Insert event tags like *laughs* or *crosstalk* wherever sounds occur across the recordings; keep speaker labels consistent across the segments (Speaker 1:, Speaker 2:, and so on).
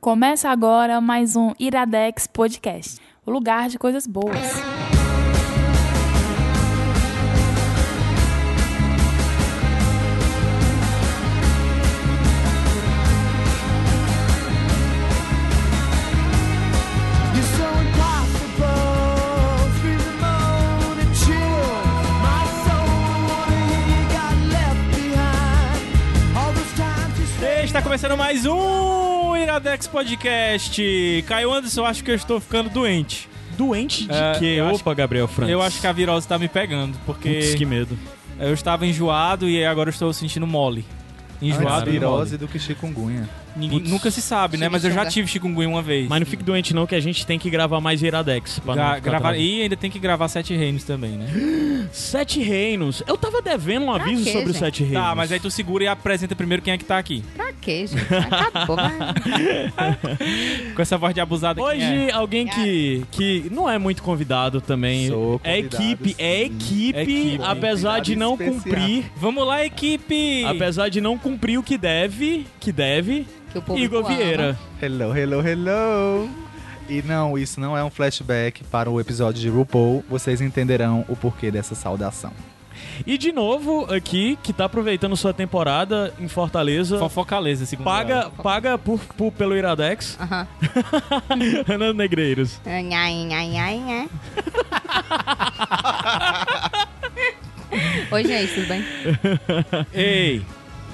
Speaker 1: Começa agora mais um Iradex Podcast o lugar de coisas boas.
Speaker 2: Está começando mais um Iradex Podcast. Caio Anderson, acho que eu estou ficando doente.
Speaker 3: Doente de
Speaker 2: É,
Speaker 3: quê?
Speaker 2: eu acho
Speaker 3: Opa, Gabriel Francis.
Speaker 2: Eu acho que a virose está me pegando, porque
Speaker 3: Putz, que medo.
Speaker 2: eu estava enjoado e agora eu estou sentindo mole. Enjoado
Speaker 4: Antes
Speaker 2: e
Speaker 4: virose
Speaker 2: mole.
Speaker 4: do que chikungunya.
Speaker 2: Ninguém,
Speaker 3: Putz.
Speaker 2: nunca se sabe, né? Mas eu já tive chikungunya uma vez.
Speaker 3: Mas não fique doente não, que a gente tem que gravar mais Iradex. Pra
Speaker 2: Gra-
Speaker 3: não ficar
Speaker 2: gravar,
Speaker 3: atrás.
Speaker 2: e ainda tem que gravar Sete Reinos também, né?
Speaker 3: Sete Reinos. Eu tava devendo um aviso
Speaker 5: quê,
Speaker 3: sobre os
Speaker 5: gente?
Speaker 3: Sete Reinos.
Speaker 2: Tá, mas aí tu segura e apresenta primeiro quem é que tá aqui.
Speaker 5: Pra quê, gente? Acabou. vai.
Speaker 2: *laughs* Com essa voz de abusada quem é?
Speaker 3: Hoje, alguém que, que não é muito convidado também.
Speaker 4: Sou
Speaker 3: é
Speaker 4: convidado,
Speaker 3: equipe, é
Speaker 4: sim.
Speaker 3: equipe,
Speaker 2: Equipe.
Speaker 3: apesar de
Speaker 4: Convidado
Speaker 3: não
Speaker 4: especial.
Speaker 3: cumprir. é
Speaker 2: Vamos lá, equipe!
Speaker 3: Apesar de não cumprir o que deve, que deve,
Speaker 5: Que o povo
Speaker 3: Igor
Speaker 5: ama.
Speaker 3: Vieira.
Speaker 4: Hello, hello, hello! E não, isso não é um flashback para o episódio de RuPaul. Vocês entenderão o porquê dessa saudação.
Speaker 3: E de novo, aqui, que tá aproveitando sua temporada em Fortaleza.
Speaker 2: Fofocaleza, segundo
Speaker 3: Paga,
Speaker 2: ela.
Speaker 3: paga por, por- pelo Iradex, *laughs*
Speaker 5: Aham.
Speaker 3: Ana Negreiros.
Speaker 5: Nha, nha,
Speaker 2: *laughs*
Speaker 5: nha, nha. Oi, gente, tudo bem?
Speaker 2: Ei,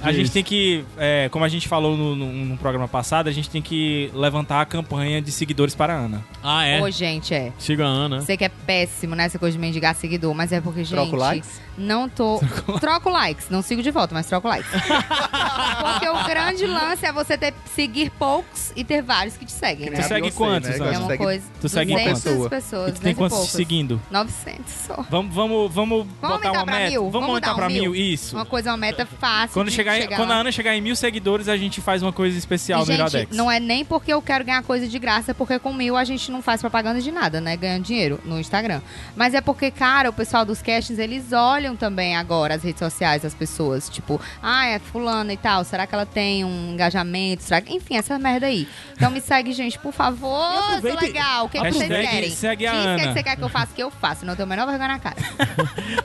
Speaker 2: a
Speaker 3: Diz.
Speaker 2: gente tem que, é, como a gente falou no, no- no programa passado, a gente tem que levantar a campanha de seguidores para a Ana.
Speaker 3: Ah, é?
Speaker 5: Ô, gente, é.
Speaker 3: Siga a Ana.
Speaker 5: Sei que é péssimo nessa coisa de mendigar seguidor, mas é porque, gente.
Speaker 4: Troco likes?
Speaker 5: Não tô. Troco likes. Não sigo de volta, mas
Speaker 2: *laughs*
Speaker 5: troco likes. porque o grande lance é você ter seguir poucos e ter vários que te seguem, né?
Speaker 2: Tu segue
Speaker 4: Beyoncé,
Speaker 2: quantos,
Speaker 4: né?
Speaker 2: Ana?
Speaker 5: É uma
Speaker 4: segue-
Speaker 5: coisa.
Speaker 2: tu segue
Speaker 5: 200
Speaker 4: quantas?
Speaker 5: pessoas.
Speaker 2: E tu tem
Speaker 5: 200 e
Speaker 2: quantos
Speaker 5: poucos.
Speaker 2: seguindo?
Speaker 5: 900 só.
Speaker 2: Vamos, vamos, vamos, botar
Speaker 5: aumentar
Speaker 2: uma
Speaker 5: pra
Speaker 2: meta.
Speaker 5: mil?
Speaker 2: Vamos
Speaker 5: Vamos
Speaker 2: aumentar
Speaker 5: dar um
Speaker 2: para mil?
Speaker 5: mil?
Speaker 2: Isso.
Speaker 5: Uma coisa, uma meta fácil.
Speaker 2: Quando,
Speaker 5: de
Speaker 2: chegar, em- quando
Speaker 5: lá.
Speaker 2: a Ana chegar em mil seguidores, a gente faz uma coisa especial
Speaker 5: E,
Speaker 2: no
Speaker 5: gente,
Speaker 2: Iradex.
Speaker 5: não é nem porque eu quero ganhar coisa de graça, é porque com mil a gente não faz propaganda de nada, né? Ganhando dinheiro no Instagram. Mas é porque, cara, o pessoal dos castings, eles olham também agora as redes sociais das pessoas. Tipo, ah, é fulana e tal, será que ela tem um engajamento? Será que... Enfim, essa merda aí. Então me segue, gente, por favor, sou
Speaker 3: aproveita e-
Speaker 5: legal. O que, é que vocês
Speaker 2: Hashtag
Speaker 5: querem?
Speaker 2: segue a
Speaker 5: Diz o que, é
Speaker 2: Ana.
Speaker 5: que você quer que eu faça, que eu faço. Não tenho a menor vergonha na cara.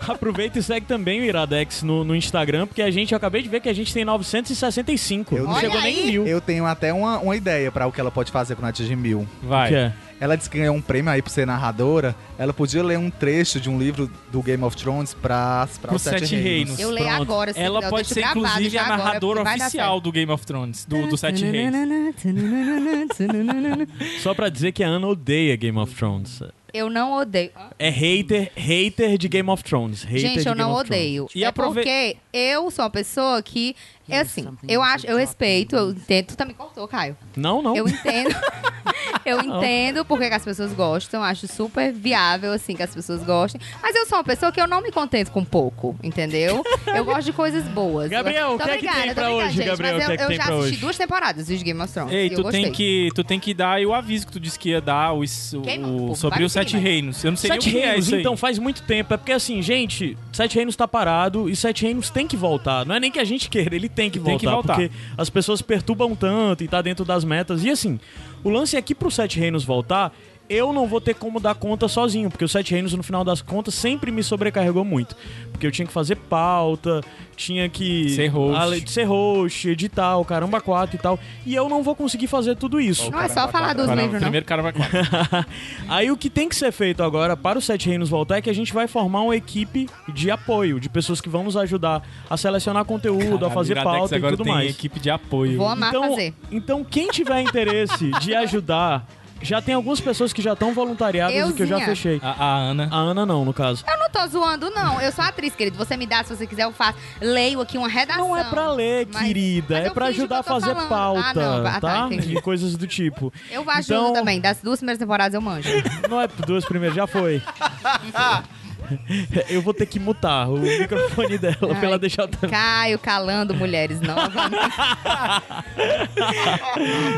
Speaker 3: Aproveita e segue também o Iradex no, no Instagram, porque a gente, eu acabei de ver que a gente tem 965.
Speaker 4: Eu
Speaker 3: não
Speaker 4: não-
Speaker 3: chegou
Speaker 5: Olha
Speaker 3: nem em
Speaker 5: aí.
Speaker 3: mil.
Speaker 4: Eu tenho até uma, uma ideia para o que ela pode fazer quando atingir mil.
Speaker 2: Vai.
Speaker 3: Que é?
Speaker 4: Ela disse que ganhou um prêmio aí por ser narradora. Ela podia ler um trecho de um livro do Game of Thrones para
Speaker 2: Pros
Speaker 4: os Sete,
Speaker 2: Sete Reinos.
Speaker 4: Reinos.
Speaker 5: Eu leio
Speaker 3: Pronto.
Speaker 5: agora. se
Speaker 2: Ela
Speaker 5: quiser, eu
Speaker 2: pode
Speaker 5: deixo
Speaker 2: ser,
Speaker 5: gravado
Speaker 2: inclusive,
Speaker 5: já
Speaker 2: a
Speaker 5: agora,
Speaker 2: narradora
Speaker 5: porque vai dar
Speaker 2: oficial
Speaker 5: certo.
Speaker 2: do Game of Thrones, do, do Sete Reis.
Speaker 3: Só pra dizer que a Ana odeia Game of Thrones.
Speaker 5: Eu não odeio.
Speaker 3: É hater, hater de Game of Thrones. Hater de
Speaker 5: Gente, eu
Speaker 3: Game
Speaker 5: não
Speaker 3: of Thrones.
Speaker 5: odeio.
Speaker 2: E
Speaker 5: é
Speaker 2: aprove-
Speaker 5: porque eu sou uma pessoa que. É assim, eu acho, eu respeito, eu entendo. Tu também cortou, Caio.
Speaker 3: Não, não.
Speaker 5: Eu
Speaker 3: *laughs*
Speaker 5: entendo.
Speaker 3: Oh.
Speaker 5: eu entendo porque que as pessoas gostam, acho super viável, assim, que as pessoas gostem. Mas eu sou uma pessoa que eu não me contento com pouco, entendeu? Eu gosto de coisas boas.
Speaker 3: Gabriel,
Speaker 5: Tô
Speaker 3: o que é que
Speaker 5: obrigada,
Speaker 3: tem
Speaker 5: tô
Speaker 3: pra
Speaker 5: obrigada,
Speaker 3: hoje,
Speaker 5: gente,
Speaker 3: Gabriel?
Speaker 5: Mas
Speaker 3: O que
Speaker 5: eu,
Speaker 3: é que
Speaker 5: eu
Speaker 3: tem
Speaker 5: já
Speaker 3: pra
Speaker 5: assisti
Speaker 3: hoje?
Speaker 5: duas temporadas de Game of Thrones.
Speaker 2: Ei,
Speaker 5: e eu
Speaker 2: tu tem,
Speaker 5: gostei.
Speaker 2: que, tu tem que dar aí o aviso que tu disse que ia dar os, o,
Speaker 5: Quem não?
Speaker 2: o-
Speaker 5: Pô,
Speaker 2: sobre
Speaker 5: vai
Speaker 2: os
Speaker 5: sim,
Speaker 2: Sete
Speaker 5: né?
Speaker 2: Reinos. Eu não sei
Speaker 3: Sete
Speaker 2: nem o que é
Speaker 3: Reinos,
Speaker 2: isso aí.
Speaker 3: então, faz muito tempo. É porque, assim, gente, Sete Reinos tá parado e Sete Reinos tem que voltar. Não é nem que a gente queira, ele tem que voltar.
Speaker 2: Tem que voltar.
Speaker 3: Porque as pessoas perturbam tanto e tá dentro das metas. E, assim, o lance é que pro Sete Reinos voltar, eu não vou ter como dar conta sozinho. Porque o Sete Reinos, no final das contas, sempre me sobrecarregou muito. Porque eu tinha que fazer pauta, tinha que...
Speaker 2: Ser host.
Speaker 3: Ale- Ser host, editar, o caramba quatro e tal. E eu não vou conseguir fazer tudo isso.
Speaker 5: Não é só
Speaker 4: Caramba,
Speaker 5: falar dos
Speaker 2: Caramba,
Speaker 5: livros, não.
Speaker 2: primeiro cara vai com
Speaker 3: Aí o que tem que ser feito agora para os Sete Reinos voltar é que a gente vai formar uma equipe de apoio, de pessoas que vão nos ajudar a selecionar conteúdo, a fazer
Speaker 2: Iradex
Speaker 3: pauta e
Speaker 2: agora
Speaker 3: tudo
Speaker 2: tem
Speaker 3: mais.
Speaker 2: equipe de apoio.
Speaker 5: Vou amar
Speaker 3: Então,
Speaker 5: fazer.
Speaker 3: então quem tiver interesse de ajudar, já tem algumas pessoas que já estão voluntariadas e que eu já
Speaker 5: Euzinha.
Speaker 3: fechei.
Speaker 2: A, a Ana.
Speaker 3: A Ana não, no caso.
Speaker 5: Eu não tô zoando, não. Eu sou atriz, querido. Você me dá, se você quiser, eu faço. Leio aqui uma redação.
Speaker 3: Não é pra ler,
Speaker 5: Mas-
Speaker 3: querida,
Speaker 5: mas
Speaker 3: é
Speaker 5: eu
Speaker 3: pra
Speaker 5: finjo
Speaker 3: ajudar a
Speaker 5: que eu tô
Speaker 3: fazer
Speaker 5: falando.
Speaker 3: pauta,
Speaker 5: Ah, não. Ah, tá,
Speaker 3: tá?
Speaker 5: entendi.
Speaker 3: e coisas do tipo.
Speaker 5: Eu ajudo
Speaker 3: Então-
Speaker 5: também. Das duas primeiras temporadas eu manjo.
Speaker 3: Não é duas primeiras, já foi. Eu vou ter que mutar o microfone dela pra ela
Speaker 5: Ai,
Speaker 3: deixar o
Speaker 5: Caio calando mulheres novamente.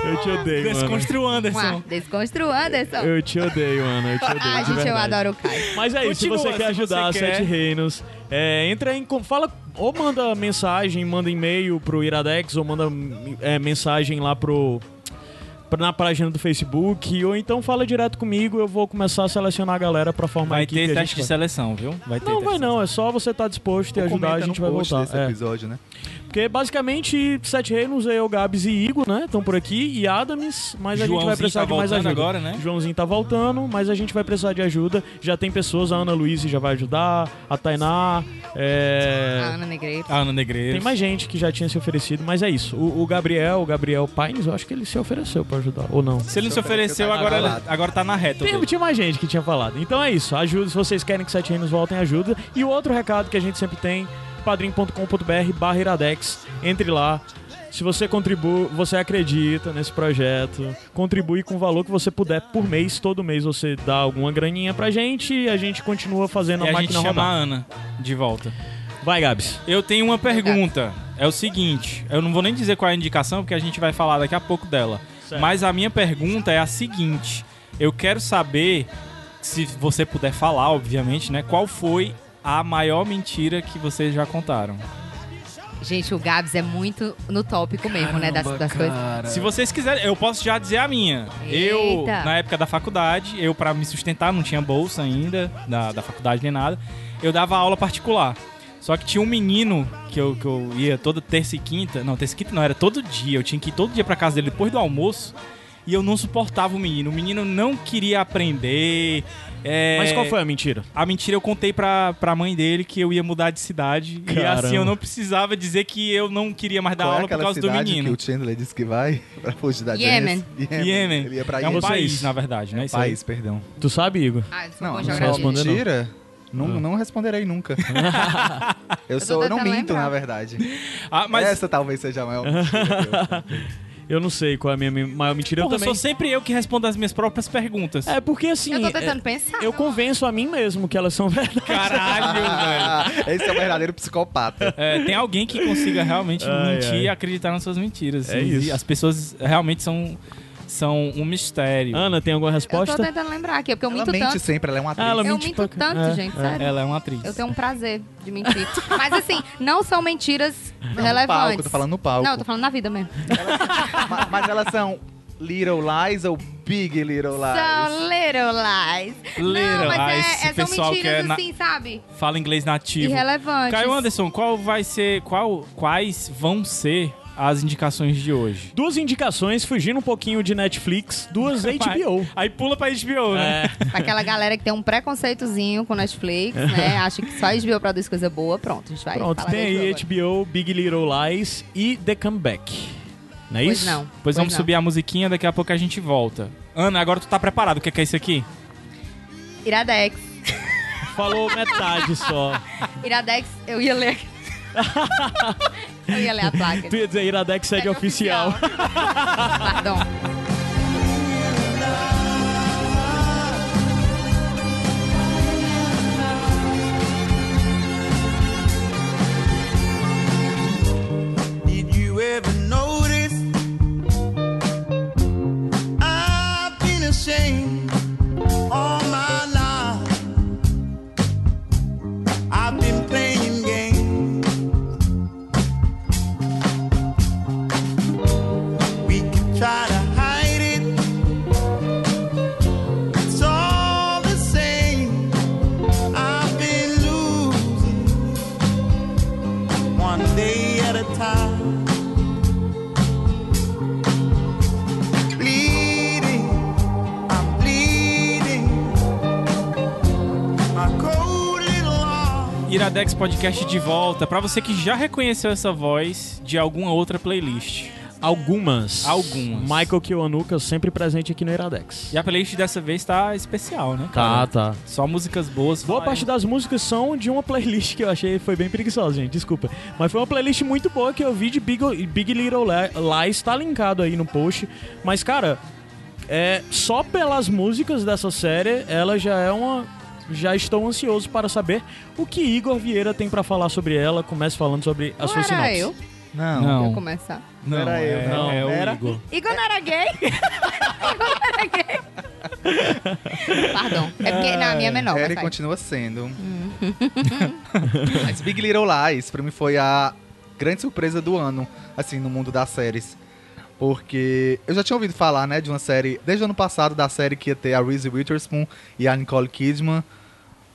Speaker 3: Eu te odeio, mano.
Speaker 2: Desconstruiu Anderson.
Speaker 5: Uá, Desconstrua, Anderson.
Speaker 3: Eu te odeio, mano. Eu te odeio.
Speaker 5: Ai,
Speaker 3: de
Speaker 5: gente, eu
Speaker 3: verdade.
Speaker 5: adoro o Caio.
Speaker 3: Mas é isso,
Speaker 2: Continua,
Speaker 3: se você quer
Speaker 2: se você
Speaker 3: ajudar
Speaker 2: quer.
Speaker 3: Sete Reinos, é, entra em. com- Fala, ou manda mensagem, manda e-mail pro Iradex, ou manda é, mensagem lá pro. pra- na página do Facebook, ou então fala direto comigo, eu vou começar a selecionar a galera pra formar a
Speaker 2: Vai
Speaker 3: equipe.
Speaker 2: ter
Speaker 3: a
Speaker 2: teste de
Speaker 3: gente...
Speaker 2: seleção, viu? Vai ter
Speaker 3: Não,
Speaker 2: teste
Speaker 3: vai
Speaker 2: de
Speaker 3: não, é só você estar disposto e ajudar, a
Speaker 4: Comenta
Speaker 3: gente
Speaker 4: no
Speaker 3: vai
Speaker 4: post
Speaker 3: voltar.
Speaker 4: desse
Speaker 3: É.
Speaker 4: episódio, né?
Speaker 3: Porque basicamente, Sete Reinos, eu, Gabs e Igor, né? Estão por aqui, e Adams, mas a gente vai
Speaker 2: Joãozinho
Speaker 3: precisar
Speaker 2: tá
Speaker 3: de mais
Speaker 2: voltando
Speaker 3: ajuda.
Speaker 2: agora, né?
Speaker 3: Joãozinho tá voltando, mas a gente vai precisar de ajuda. Já tem pessoas, a Ana Luiz já vai ajudar, a Tainá, é,
Speaker 5: A Ana Negreiro.
Speaker 2: A Ana Negreiros.
Speaker 3: Tem mais gente que já tinha se oferecido, mas é isso. O, o Gabriel, o Gabriel Paines, eu acho que ele se ofereceu pra ajudar, ou não?
Speaker 2: Se ele não se ofereceu,
Speaker 4: Tá
Speaker 2: agora,
Speaker 4: abalado.
Speaker 2: agora tá na reta.
Speaker 3: Tem,
Speaker 2: dele.
Speaker 3: tinha mais gente que tinha falado. Então é isso. Ajuda, se vocês querem que Sete Reinos voltem, ajuda. E o outro recado que a gente sempre tem, padrim.com.br barra iradex. Entre lá. Se você contribui, você acredita nesse projeto, contribui com o valor que você puder por mês, todo mês você dá alguma graninha pra gente e a gente continua fazendo
Speaker 2: E
Speaker 3: a
Speaker 2: a gente
Speaker 3: máquina
Speaker 2: chama
Speaker 3: rodar.
Speaker 2: a Ana de volta.
Speaker 3: Vai, Gabs.
Speaker 2: Eu tenho uma pergunta. É o seguinte, eu não vou nem dizer qual é a indicação, porque a gente vai falar daqui a pouco dela.
Speaker 3: Certo.
Speaker 2: Mas a minha pergunta é a seguinte: eu quero saber, se você puder falar, obviamente, né? Qual foi a maior mentira que vocês já contaram?
Speaker 5: Gente, o Gabs é muito no tópico mesmo, né? Das, das coisas.
Speaker 2: Se vocês quiserem, eu posso já dizer a minha. Eu,
Speaker 5: Eita.
Speaker 2: na época da faculdade, eu pra me sustentar, não tinha bolsa ainda, da, da faculdade nem nada, eu dava aula particular. Só que tinha um menino que eu, que eu ia toda terça e quinta, não, terça e quinta não, era todo dia, eu tinha que ir todo dia pra casa dele depois do almoço, e eu não suportava o menino. O menino não queria aprender. é,
Speaker 3: Mas qual foi a mentira?
Speaker 2: a mentira eu contei pra, pra mãe dele que eu ia mudar de cidade. E
Speaker 3: Caramba.
Speaker 2: assim eu não precisava dizer que eu não queria mais dar
Speaker 4: Qual é
Speaker 2: aula por
Speaker 4: aquela
Speaker 2: causa do
Speaker 4: cidade
Speaker 2: menino.
Speaker 4: que o Chandler disse que vai pra fugir da
Speaker 5: Yemen.
Speaker 4: Janice?
Speaker 2: Iêmen.
Speaker 4: Ele ia pra
Speaker 2: é um
Speaker 4: Yemen.
Speaker 3: Vocês-
Speaker 2: país, na verdade, né? Isso aí.
Speaker 4: País, perdão.
Speaker 3: Tu sabe, Igor?
Speaker 5: Ah, eu sou
Speaker 4: Não,
Speaker 5: boa em
Speaker 3: não
Speaker 5: geografia,
Speaker 3: respondeu, não.
Speaker 4: mentira. Não, não responderei nunca. eu sou,
Speaker 5: tô
Speaker 4: eu não
Speaker 5: tentando
Speaker 4: minto,
Speaker 5: lembrar.
Speaker 4: na verdade.
Speaker 2: Ah, mas
Speaker 4: Essa talvez seja a maior mentira. que eu-
Speaker 3: Eu não sei qual é a minha mi- maior mentira.
Speaker 2: porra,
Speaker 3: eu também.
Speaker 2: sou sempre eu que respondo as minhas próprias perguntas.
Speaker 3: É porque assim.
Speaker 5: Eu tô
Speaker 3: é-
Speaker 5: tentando pensar.
Speaker 3: Eu convenço a mim mesmo que elas são *laughs* verdadeiras.
Speaker 2: *laughs* Caralho, velho.
Speaker 4: Ah, Esse é o verdadeiro psicopata.
Speaker 2: É, tem alguém que consiga realmente
Speaker 3: Ai,
Speaker 2: mentir
Speaker 3: ai.
Speaker 2: e acreditar nas suas mentiras.
Speaker 3: É
Speaker 2: E
Speaker 3: isso.
Speaker 2: As pessoas realmente são, são um mistério.
Speaker 3: Ana, tem alguma
Speaker 5: Eu tô
Speaker 3: resposta?
Speaker 5: tentando lembrar aqui, porque eu
Speaker 4: Ela
Speaker 5: minto
Speaker 4: mente
Speaker 5: tanto.
Speaker 4: sempre, ela é uma atriz.
Speaker 3: Ah, ela
Speaker 5: Eu
Speaker 3: mente
Speaker 5: minto
Speaker 3: pra ca-
Speaker 5: tanto,
Speaker 3: é,
Speaker 5: gente,
Speaker 3: é.
Speaker 5: sério.
Speaker 2: Ela é uma atriz.
Speaker 5: Eu tenho um prazer de mentir. Mas assim, não são mentiras
Speaker 4: Não, Tá no
Speaker 5: relevantes.
Speaker 4: palco, tô falando no palco.
Speaker 5: Não, eu tô falando na vida mesmo.
Speaker 4: Ma- Mas elas são Little Lies ou Big Little Lies?
Speaker 5: São little lies.
Speaker 2: Little
Speaker 5: não, mas
Speaker 2: lies,
Speaker 5: é, é,
Speaker 2: esse
Speaker 5: são
Speaker 2: pessoal que é
Speaker 5: mentiras
Speaker 2: na-
Speaker 5: assim, sabe?
Speaker 2: Fala inglês nativo.
Speaker 5: Irrelevantes.
Speaker 2: Caio Anderson, qual vai ser. Qual, quais vão ser as indicações de hoje?
Speaker 3: Duas indicações, fugindo um pouquinho de Netflix, duas HBO.
Speaker 2: Aí pula pra HBO, né?
Speaker 5: Pra aquela galera que tem um preconceitozinho com Netflix,
Speaker 2: É.
Speaker 5: né? Acha que só HBO produz coisa boa. Pronto, a gente vai
Speaker 3: Pronto,
Speaker 5: falar
Speaker 3: tem
Speaker 5: da
Speaker 3: aí
Speaker 2: tipo,
Speaker 5: agora.
Speaker 3: HBO, Big Little Lies e The Comeback. Não é
Speaker 5: Pois
Speaker 3: isso?
Speaker 5: não.
Speaker 2: Pois, vamos
Speaker 5: não.
Speaker 2: subir a musiquinha, daqui a pouco a gente volta. Ana, agora tu tá preparado? O que que é isso aqui?
Speaker 5: Iradex.
Speaker 3: Falou metade só.
Speaker 5: Iradex, eu ia ler.
Speaker 2: *laughs*
Speaker 5: eu ia ler a placa.
Speaker 3: tu ia dizer Iradex sede oficial.
Speaker 5: Pardon.
Speaker 6: Did you ever notice? I've been ashamed all my life. I've been playing games. We can try to hide it. It's all the same. I've been losing one day at a time. Bleeding, I'm bleeding. My cold little heart.
Speaker 2: Iradex Podcast de volta. Pra você que já reconheceu essa voz de alguma outra playlist.
Speaker 3: Algumas.
Speaker 2: Algumas.
Speaker 3: Michael Kiwanuka sempre presente aqui no Iradex.
Speaker 2: E a playlist dessa vez tá especial, né?
Speaker 3: Tá,
Speaker 2: cara?
Speaker 3: tá.
Speaker 2: Só músicas boas.
Speaker 3: Boa
Speaker 4: Ah,
Speaker 2: Fala
Speaker 3: parte
Speaker 2: aí.
Speaker 3: das músicas são de uma playlist que eu achei foi bem preguiçosa, gente, desculpa. Mas foi uma playlist muito boa que eu vi de Big, Big Little Li- Lies, tá linkado aí no post. Mas, cara, é, só pelas músicas dessa série, ela já é uma. Já estou ansioso para saber o que Igor Vieira tem pra falar sobre ela. Comece falando sobre a
Speaker 5: Não
Speaker 3: sua
Speaker 5: era
Speaker 3: sinopse.
Speaker 5: eu.
Speaker 4: Não.
Speaker 2: Não.
Speaker 5: Vou começar.
Speaker 4: Não era eu,
Speaker 2: é,
Speaker 3: né?
Speaker 4: não.
Speaker 2: É o
Speaker 4: Era?
Speaker 2: Igor.
Speaker 5: Igor não
Speaker 2: *laughs*
Speaker 5: era gay? Igor não era gay? Pardon. É porque, não, a minha é menor. mas
Speaker 4: Harry
Speaker 5: vai. Hum.
Speaker 4: continua sendo. *laughs* Mas Big Little Lies, pra mim, foi a grande surpresa do ano, assim, no mundo das séries. Porque eu já tinha ouvido falar, né, de uma série, desde o ano passado, da série que ia ter a Reese Witherspoon e a Nicole Kidman.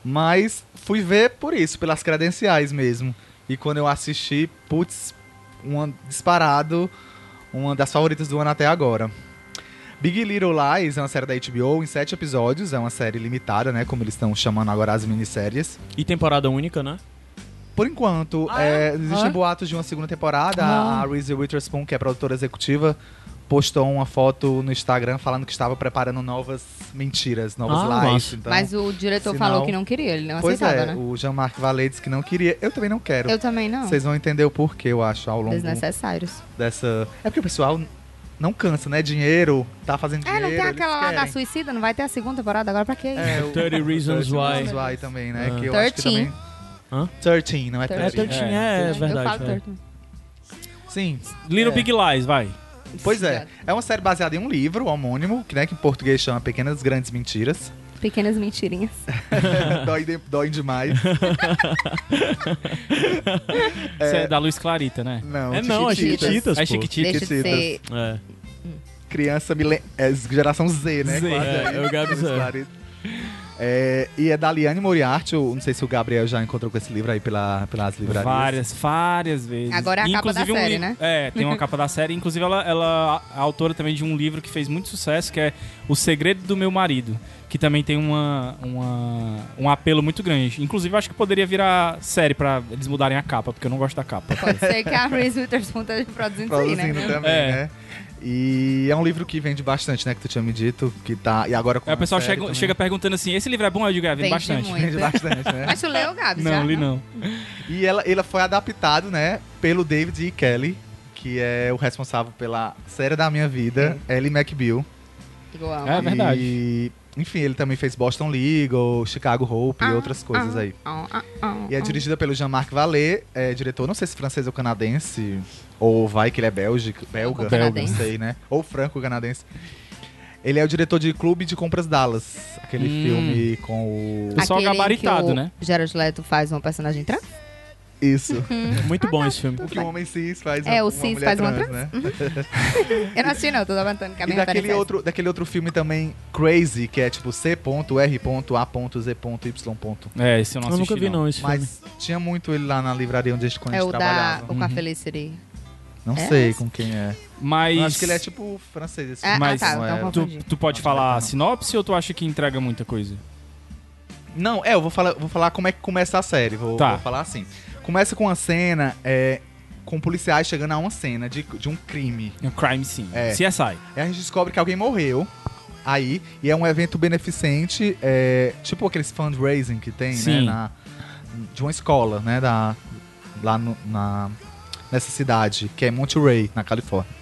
Speaker 4: Mas fui ver por isso, pelas credenciais mesmo. E quando eu assisti, putz, uma, disparado, uma das favoritas do ano até agora. Big Little Lies é uma série da HBO em sete episódios, é uma série limitada, né? Como eles estão chamando agora as minisséries.
Speaker 3: E temporada única, né?
Speaker 4: Por enquanto,
Speaker 3: Ah,
Speaker 4: é,
Speaker 3: é?
Speaker 4: existem
Speaker 5: Ah.
Speaker 4: boatos de uma segunda temporada. A- A Reese Witherspoon, que é produtora executiva, postou uma foto no Instagram falando que estava preparando novas mentiras, novos
Speaker 3: Ah,
Speaker 4: lies.
Speaker 3: massa.
Speaker 4: Então,
Speaker 5: Mas o diretor
Speaker 4: sinal-
Speaker 5: falou que não queria, ele não
Speaker 4: pois
Speaker 5: aceitava,
Speaker 4: é,
Speaker 5: né?
Speaker 4: o Jean-Marc Vallée disse que não queria. Eu também não quero.
Speaker 5: Eu também não.
Speaker 4: Vocês vão entender o porquê, eu acho, ao longo
Speaker 5: Desnecessários.
Speaker 4: dessa... É porque o pessoal não cansa, né? Dinheiro, tá fazendo
Speaker 5: É,
Speaker 4: dinheiro,
Speaker 5: não tem
Speaker 4: eles
Speaker 5: aquela lá da
Speaker 4: querem.
Speaker 5: Suicida? Não vai ter a segunda temporada agora pra quê?
Speaker 3: *laughs*
Speaker 4: É, o
Speaker 3: 30 Reasons Why.
Speaker 4: Reasons Why também, né?
Speaker 3: Ah.
Speaker 4: Que eu acho que
Speaker 5: 13.
Speaker 4: também...
Speaker 3: Hã?
Speaker 4: 13, não é 13.
Speaker 3: É, 13, é, é,
Speaker 5: Eu falo
Speaker 3: verdade. velho.
Speaker 5: torto.
Speaker 4: Sim,
Speaker 2: Little
Speaker 4: É.
Speaker 2: Big Lies, vai.
Speaker 4: Pois é. É uma série baseada em um livro homônimo, que, né, que em português chama Pequenas
Speaker 3: *laughs*
Speaker 4: Grandes Mentiras.
Speaker 5: Pequenas mentirinhas.
Speaker 4: Dói, de- dói demais.
Speaker 2: Isso é da Luz Clarita, né?
Speaker 4: Não,
Speaker 3: É não, é
Speaker 5: Chiquititas.
Speaker 3: Chiquititas,
Speaker 2: É
Speaker 3: pô.
Speaker 2: Chiquititas.
Speaker 5: Deixa de ser.
Speaker 3: É.
Speaker 4: Criança milen... é geração Z, né?
Speaker 2: Z,
Speaker 4: Quase
Speaker 3: é,
Speaker 4: aí,
Speaker 3: eu Gabi Zé.
Speaker 4: Clarice. É, e é da Liane Moriarty, eu não sei se o Gabriel já encontrou com esse livro aí pela, pelas livrarias.
Speaker 2: Várias, várias vezes.
Speaker 5: Agora é a capa da
Speaker 2: Inclusive, um
Speaker 5: série,
Speaker 2: li-
Speaker 5: né?
Speaker 2: É,
Speaker 5: *laughs*
Speaker 2: tem uma capa da série. Inclusive, ela, ela é autora também de um livro que fez muito sucesso, que é O Segredo do Meu Marido, que também tem uma, uma- um apelo muito grande. Inclusive, eu acho que poderia virar série pra eles mudarem a capa, porque eu não gosto da capa.
Speaker 5: Pode *laughs* ser que a Reese Witherspoon tá produzindo isso aí,
Speaker 4: Produzindo
Speaker 5: né?
Speaker 4: também,
Speaker 2: É.
Speaker 4: né? E é um livro que vende bastante, né? Que tu tinha me dito. Que tá. E agora com
Speaker 2: Aí
Speaker 4: a
Speaker 2: É, o pessoal
Speaker 4: série
Speaker 2: chega,
Speaker 4: também.
Speaker 2: chega perguntando assim: esse livro é bom? Eu digo, é, vende
Speaker 5: Vende
Speaker 2: bastante.
Speaker 5: muito.
Speaker 4: Vende bastante, né?
Speaker 5: Mas tu leu, Gabi, já? né?
Speaker 2: Não, li não.
Speaker 4: E ela, ela foi adaptado, né, pelo David E. Kelly, que é o responsável pela série da minha vida,
Speaker 5: É.
Speaker 4: Ellie McBeal.
Speaker 5: Igual.
Speaker 2: É verdade.
Speaker 4: E, enfim, ele também fez Boston Legal, Chicago Hope e
Speaker 5: Ah,
Speaker 4: outras coisas
Speaker 5: ah,
Speaker 4: aí.
Speaker 5: ah, ah, ah,
Speaker 4: E é
Speaker 5: ah.
Speaker 4: dirigida pelo Jean-Marc Vallée, é diretor, não sei se francês ou canadense, ou vai que ele é bélgico, belga, não
Speaker 5: canadense.
Speaker 4: sei, né? Ou franco-canadense. Ele é o diretor de Clube de Compras Dallas, aquele
Speaker 2: Hum.
Speaker 4: filme com o...
Speaker 2: Ah. Pessoal
Speaker 5: Aquele em
Speaker 2: gabaritado,
Speaker 5: que o
Speaker 2: né?
Speaker 5: Gerard Leto faz uma personagem trans? *laughs*
Speaker 4: Isso,
Speaker 3: Muito bom esse filme.
Speaker 4: o que um homem cis faz
Speaker 5: É,
Speaker 4: uma,
Speaker 5: o
Speaker 4: uma
Speaker 5: cis
Speaker 4: mulher
Speaker 5: faz uma Uhum.
Speaker 4: trans, né?
Speaker 5: Eu não assisti, não. Tô levantando
Speaker 4: E
Speaker 5: caminho
Speaker 4: daquele outro, daquele outro filme também, Crazy, que é tipo C.R.A.Z.Y.
Speaker 2: É, esse eu não
Speaker 3: Eu
Speaker 2: assisti.
Speaker 3: nunca vi, não, esse filme.
Speaker 4: Mas tinha muito ele lá na livraria onde a gente, quando a
Speaker 5: É
Speaker 4: gente
Speaker 5: o da...
Speaker 4: trabalhava.
Speaker 5: O com a
Speaker 2: Uhum.
Speaker 5: Felicity.
Speaker 4: Não
Speaker 5: É?
Speaker 4: sei com quem é.
Speaker 2: Mas.
Speaker 4: Eu acho que ele é tipo francês. Esse
Speaker 5: Ah,
Speaker 4: filme.
Speaker 2: Mas-
Speaker 5: ah, tá. Então
Speaker 4: Não,
Speaker 2: Tu,
Speaker 5: confundi.
Speaker 2: tu pode
Speaker 4: Não,
Speaker 2: falar
Speaker 4: não.
Speaker 2: sinopse ou tu acha que entrega muita coisa?
Speaker 4: Não, é, eu vou falar, vou falar como é que começa a série. Vou,
Speaker 2: Tá.
Speaker 4: vou falar assim. Começa com uma cena, é, com policiais chegando a uma cena de, de um crime.
Speaker 2: É um crime scene.
Speaker 4: É.
Speaker 2: CSI.
Speaker 4: Aí a gente descobre que alguém morreu. Aí, e é um evento beneficente, é, tipo aqueles fundraising que tem, né?
Speaker 2: Sim.
Speaker 4: na- de uma escola, né? Da, lá no- na, nessa cidade, que é Monterey, na Califórnia.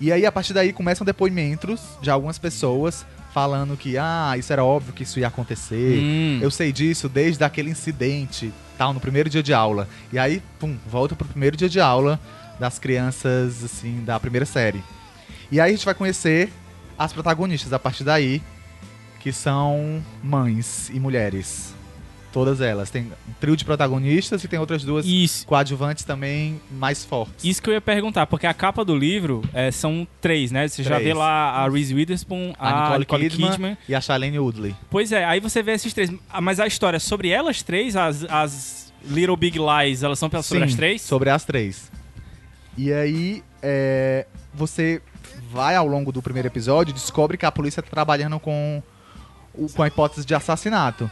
Speaker 4: E aí, a partir daí, começam depoimentos de algumas pessoas falando que, ah, isso era óbvio que isso ia acontecer.
Speaker 2: Hum.
Speaker 4: Eu sei disso desde aquele incidente, tal, no primeiro dia de aula. E aí, pum, volta pro primeiro dia de aula das crianças, assim, da primeira série. E aí a gente vai conhecer as protagonistas a partir daí, que são mães e mulheres. Todas elas. Tem um trio de protagonistas e tem outras duas
Speaker 2: Isso.
Speaker 4: coadjuvantes também mais fortes.
Speaker 2: Isso que eu ia perguntar, porque a capa do livro é, são três, né? Você já
Speaker 4: Três.
Speaker 2: vê lá a Reese Witherspoon, a, Nicole, Kidman.
Speaker 4: e a Shailene Woodley.
Speaker 2: Pois é, aí você vê esses três. Ah, Mas a história é sobre elas três, as, as Little Big Lies, elas são pelas- sobre
Speaker 4: Sim,
Speaker 2: as três?
Speaker 4: Sobre as três. E aí, é, você vai ao longo do primeiro episódio e descobre que a polícia tá trabalhando com, o- com a hipótese de assassinato.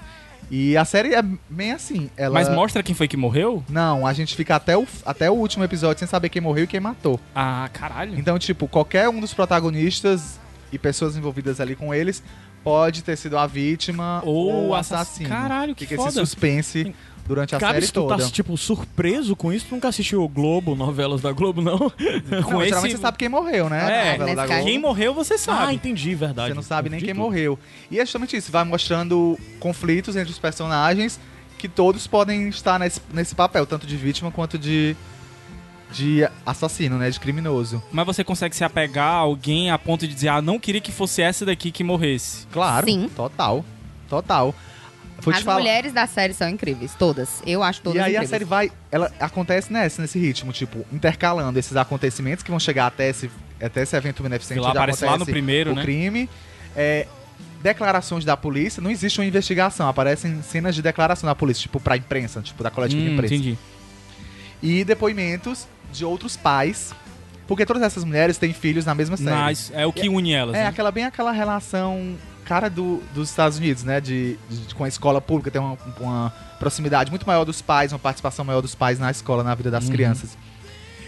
Speaker 4: E a série é bem assim. Ela...
Speaker 2: Mas mostra quem foi que morreu?
Speaker 4: Não, a gente fica até o, até o último episódio sem saber quem morreu e quem matou.
Speaker 2: Ah, caralho.
Speaker 4: Então, tipo, qualquer um dos protagonistas e pessoas envolvidas ali com eles pode ter sido a vítima
Speaker 2: Ou
Speaker 4: ou o
Speaker 2: o assass-
Speaker 4: assassino.
Speaker 2: Caralho, que
Speaker 4: fica esse
Speaker 2: foda.
Speaker 4: suspense durante a
Speaker 3: Cabe
Speaker 4: série
Speaker 3: se tu tá,
Speaker 4: toda.
Speaker 3: tipo, surpreso com isso, tu nunca assistiu o Globo, novelas da Globo, *laughs* não?
Speaker 4: Não,
Speaker 2: Com
Speaker 4: geralmente
Speaker 2: esse-
Speaker 4: você sabe quem morreu, né?
Speaker 2: É,
Speaker 4: Na novela da
Speaker 5: nesse
Speaker 4: Globo.
Speaker 5: caso-
Speaker 2: Quem morreu, você
Speaker 3: Ah,
Speaker 2: sabe.
Speaker 3: entendi, verdade.
Speaker 4: Você não sabe nem
Speaker 3: Entendi
Speaker 4: quem
Speaker 3: tudo.
Speaker 4: morreu. E é justamente isso, vai mostrando conflitos entre os personagens que todos podem estar nesse, nesse papel, tanto de vítima quanto de, de assassino, né? De criminoso.
Speaker 2: Mas você consegue se apegar a alguém a ponto de dizer, ah, não queria que fosse essa daqui que morresse.
Speaker 4: Claro.
Speaker 5: Sim.
Speaker 4: Total. Total. Vou te
Speaker 5: As
Speaker 4: falar.
Speaker 5: mulheres da série são incríveis, todas. Eu acho
Speaker 4: E
Speaker 5: todas
Speaker 4: aí a
Speaker 5: incríveis.
Speaker 4: série vai, ela acontece nessa, nesse ritmo, tipo, intercalando esses acontecimentos que vão chegar até esse, até esse evento beneficente.
Speaker 2: Lá
Speaker 4: onde
Speaker 2: aparece lá no
Speaker 4: acontece
Speaker 2: primeiro,
Speaker 4: é o
Speaker 2: né?
Speaker 4: crime. É, declarações da polícia, não existe uma investigação, aparecem cenas de declaração da polícia, tipo, pra imprensa, tipo, da coletiva de
Speaker 2: Hum,
Speaker 4: imprensa.
Speaker 2: entendi.
Speaker 4: E depoimentos de outros pais, porque todas essas mulheres têm filhos na mesma série.
Speaker 2: Mas é o que une elas,
Speaker 4: É,
Speaker 2: né?
Speaker 4: aquela bem aquela relação cara do, dos Estados Unidos, né? De, de- com a escola pública, tem uma, uma proximidade muito maior dos pais, uma participação maior dos pais na escola, na vida das
Speaker 2: Uhum.
Speaker 4: crianças.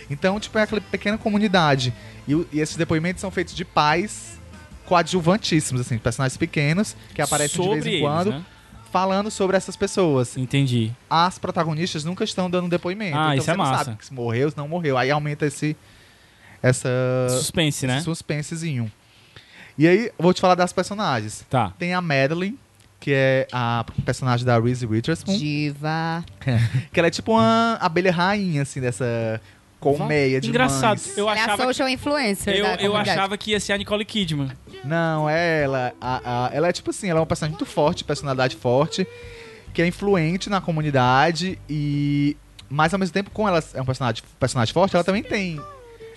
Speaker 4: Então, tipo, é aquela pequena comunidade. E, o- e esses depoimentos são feitos de pais coadjuvantíssimos, assim, personagens pequenos que aparecem
Speaker 2: Sobre
Speaker 4: de vez em
Speaker 2: eles,
Speaker 4: quando,
Speaker 2: né?
Speaker 4: falando sobre essas pessoas.
Speaker 2: Entendi.
Speaker 4: As protagonistas nunca estão dando depoimento.
Speaker 2: Ah,
Speaker 4: então
Speaker 2: isso
Speaker 4: você
Speaker 2: é
Speaker 4: não
Speaker 2: massa.
Speaker 4: sabe se morreu, se não morreu. Aí aumenta esse. Essa
Speaker 2: Suspense, né?
Speaker 4: esse suspensezinho. E aí, vou te falar das personagens.
Speaker 2: Tá.
Speaker 4: Tem a Madeline, que é a personagem da Reese Witherspoon.
Speaker 5: Diva.
Speaker 4: Que ela é tipo uma abelha rainha, assim, dessa colmeia de
Speaker 2: Engraçado.
Speaker 4: mães.
Speaker 2: Eu
Speaker 5: Ela é a
Speaker 2: achava,
Speaker 5: social influencer
Speaker 2: eu,
Speaker 5: da
Speaker 2: eu
Speaker 5: comunidade.
Speaker 2: achava que ia ser a Nicole Kidman.
Speaker 4: Não, é ela. A- a- ela é tipo assim, ela é uma personagem muito forte, personalidade forte, que é influente na comunidade e... Mas ao mesmo tempo, como ela é um personagem, personagem forte, ela também tem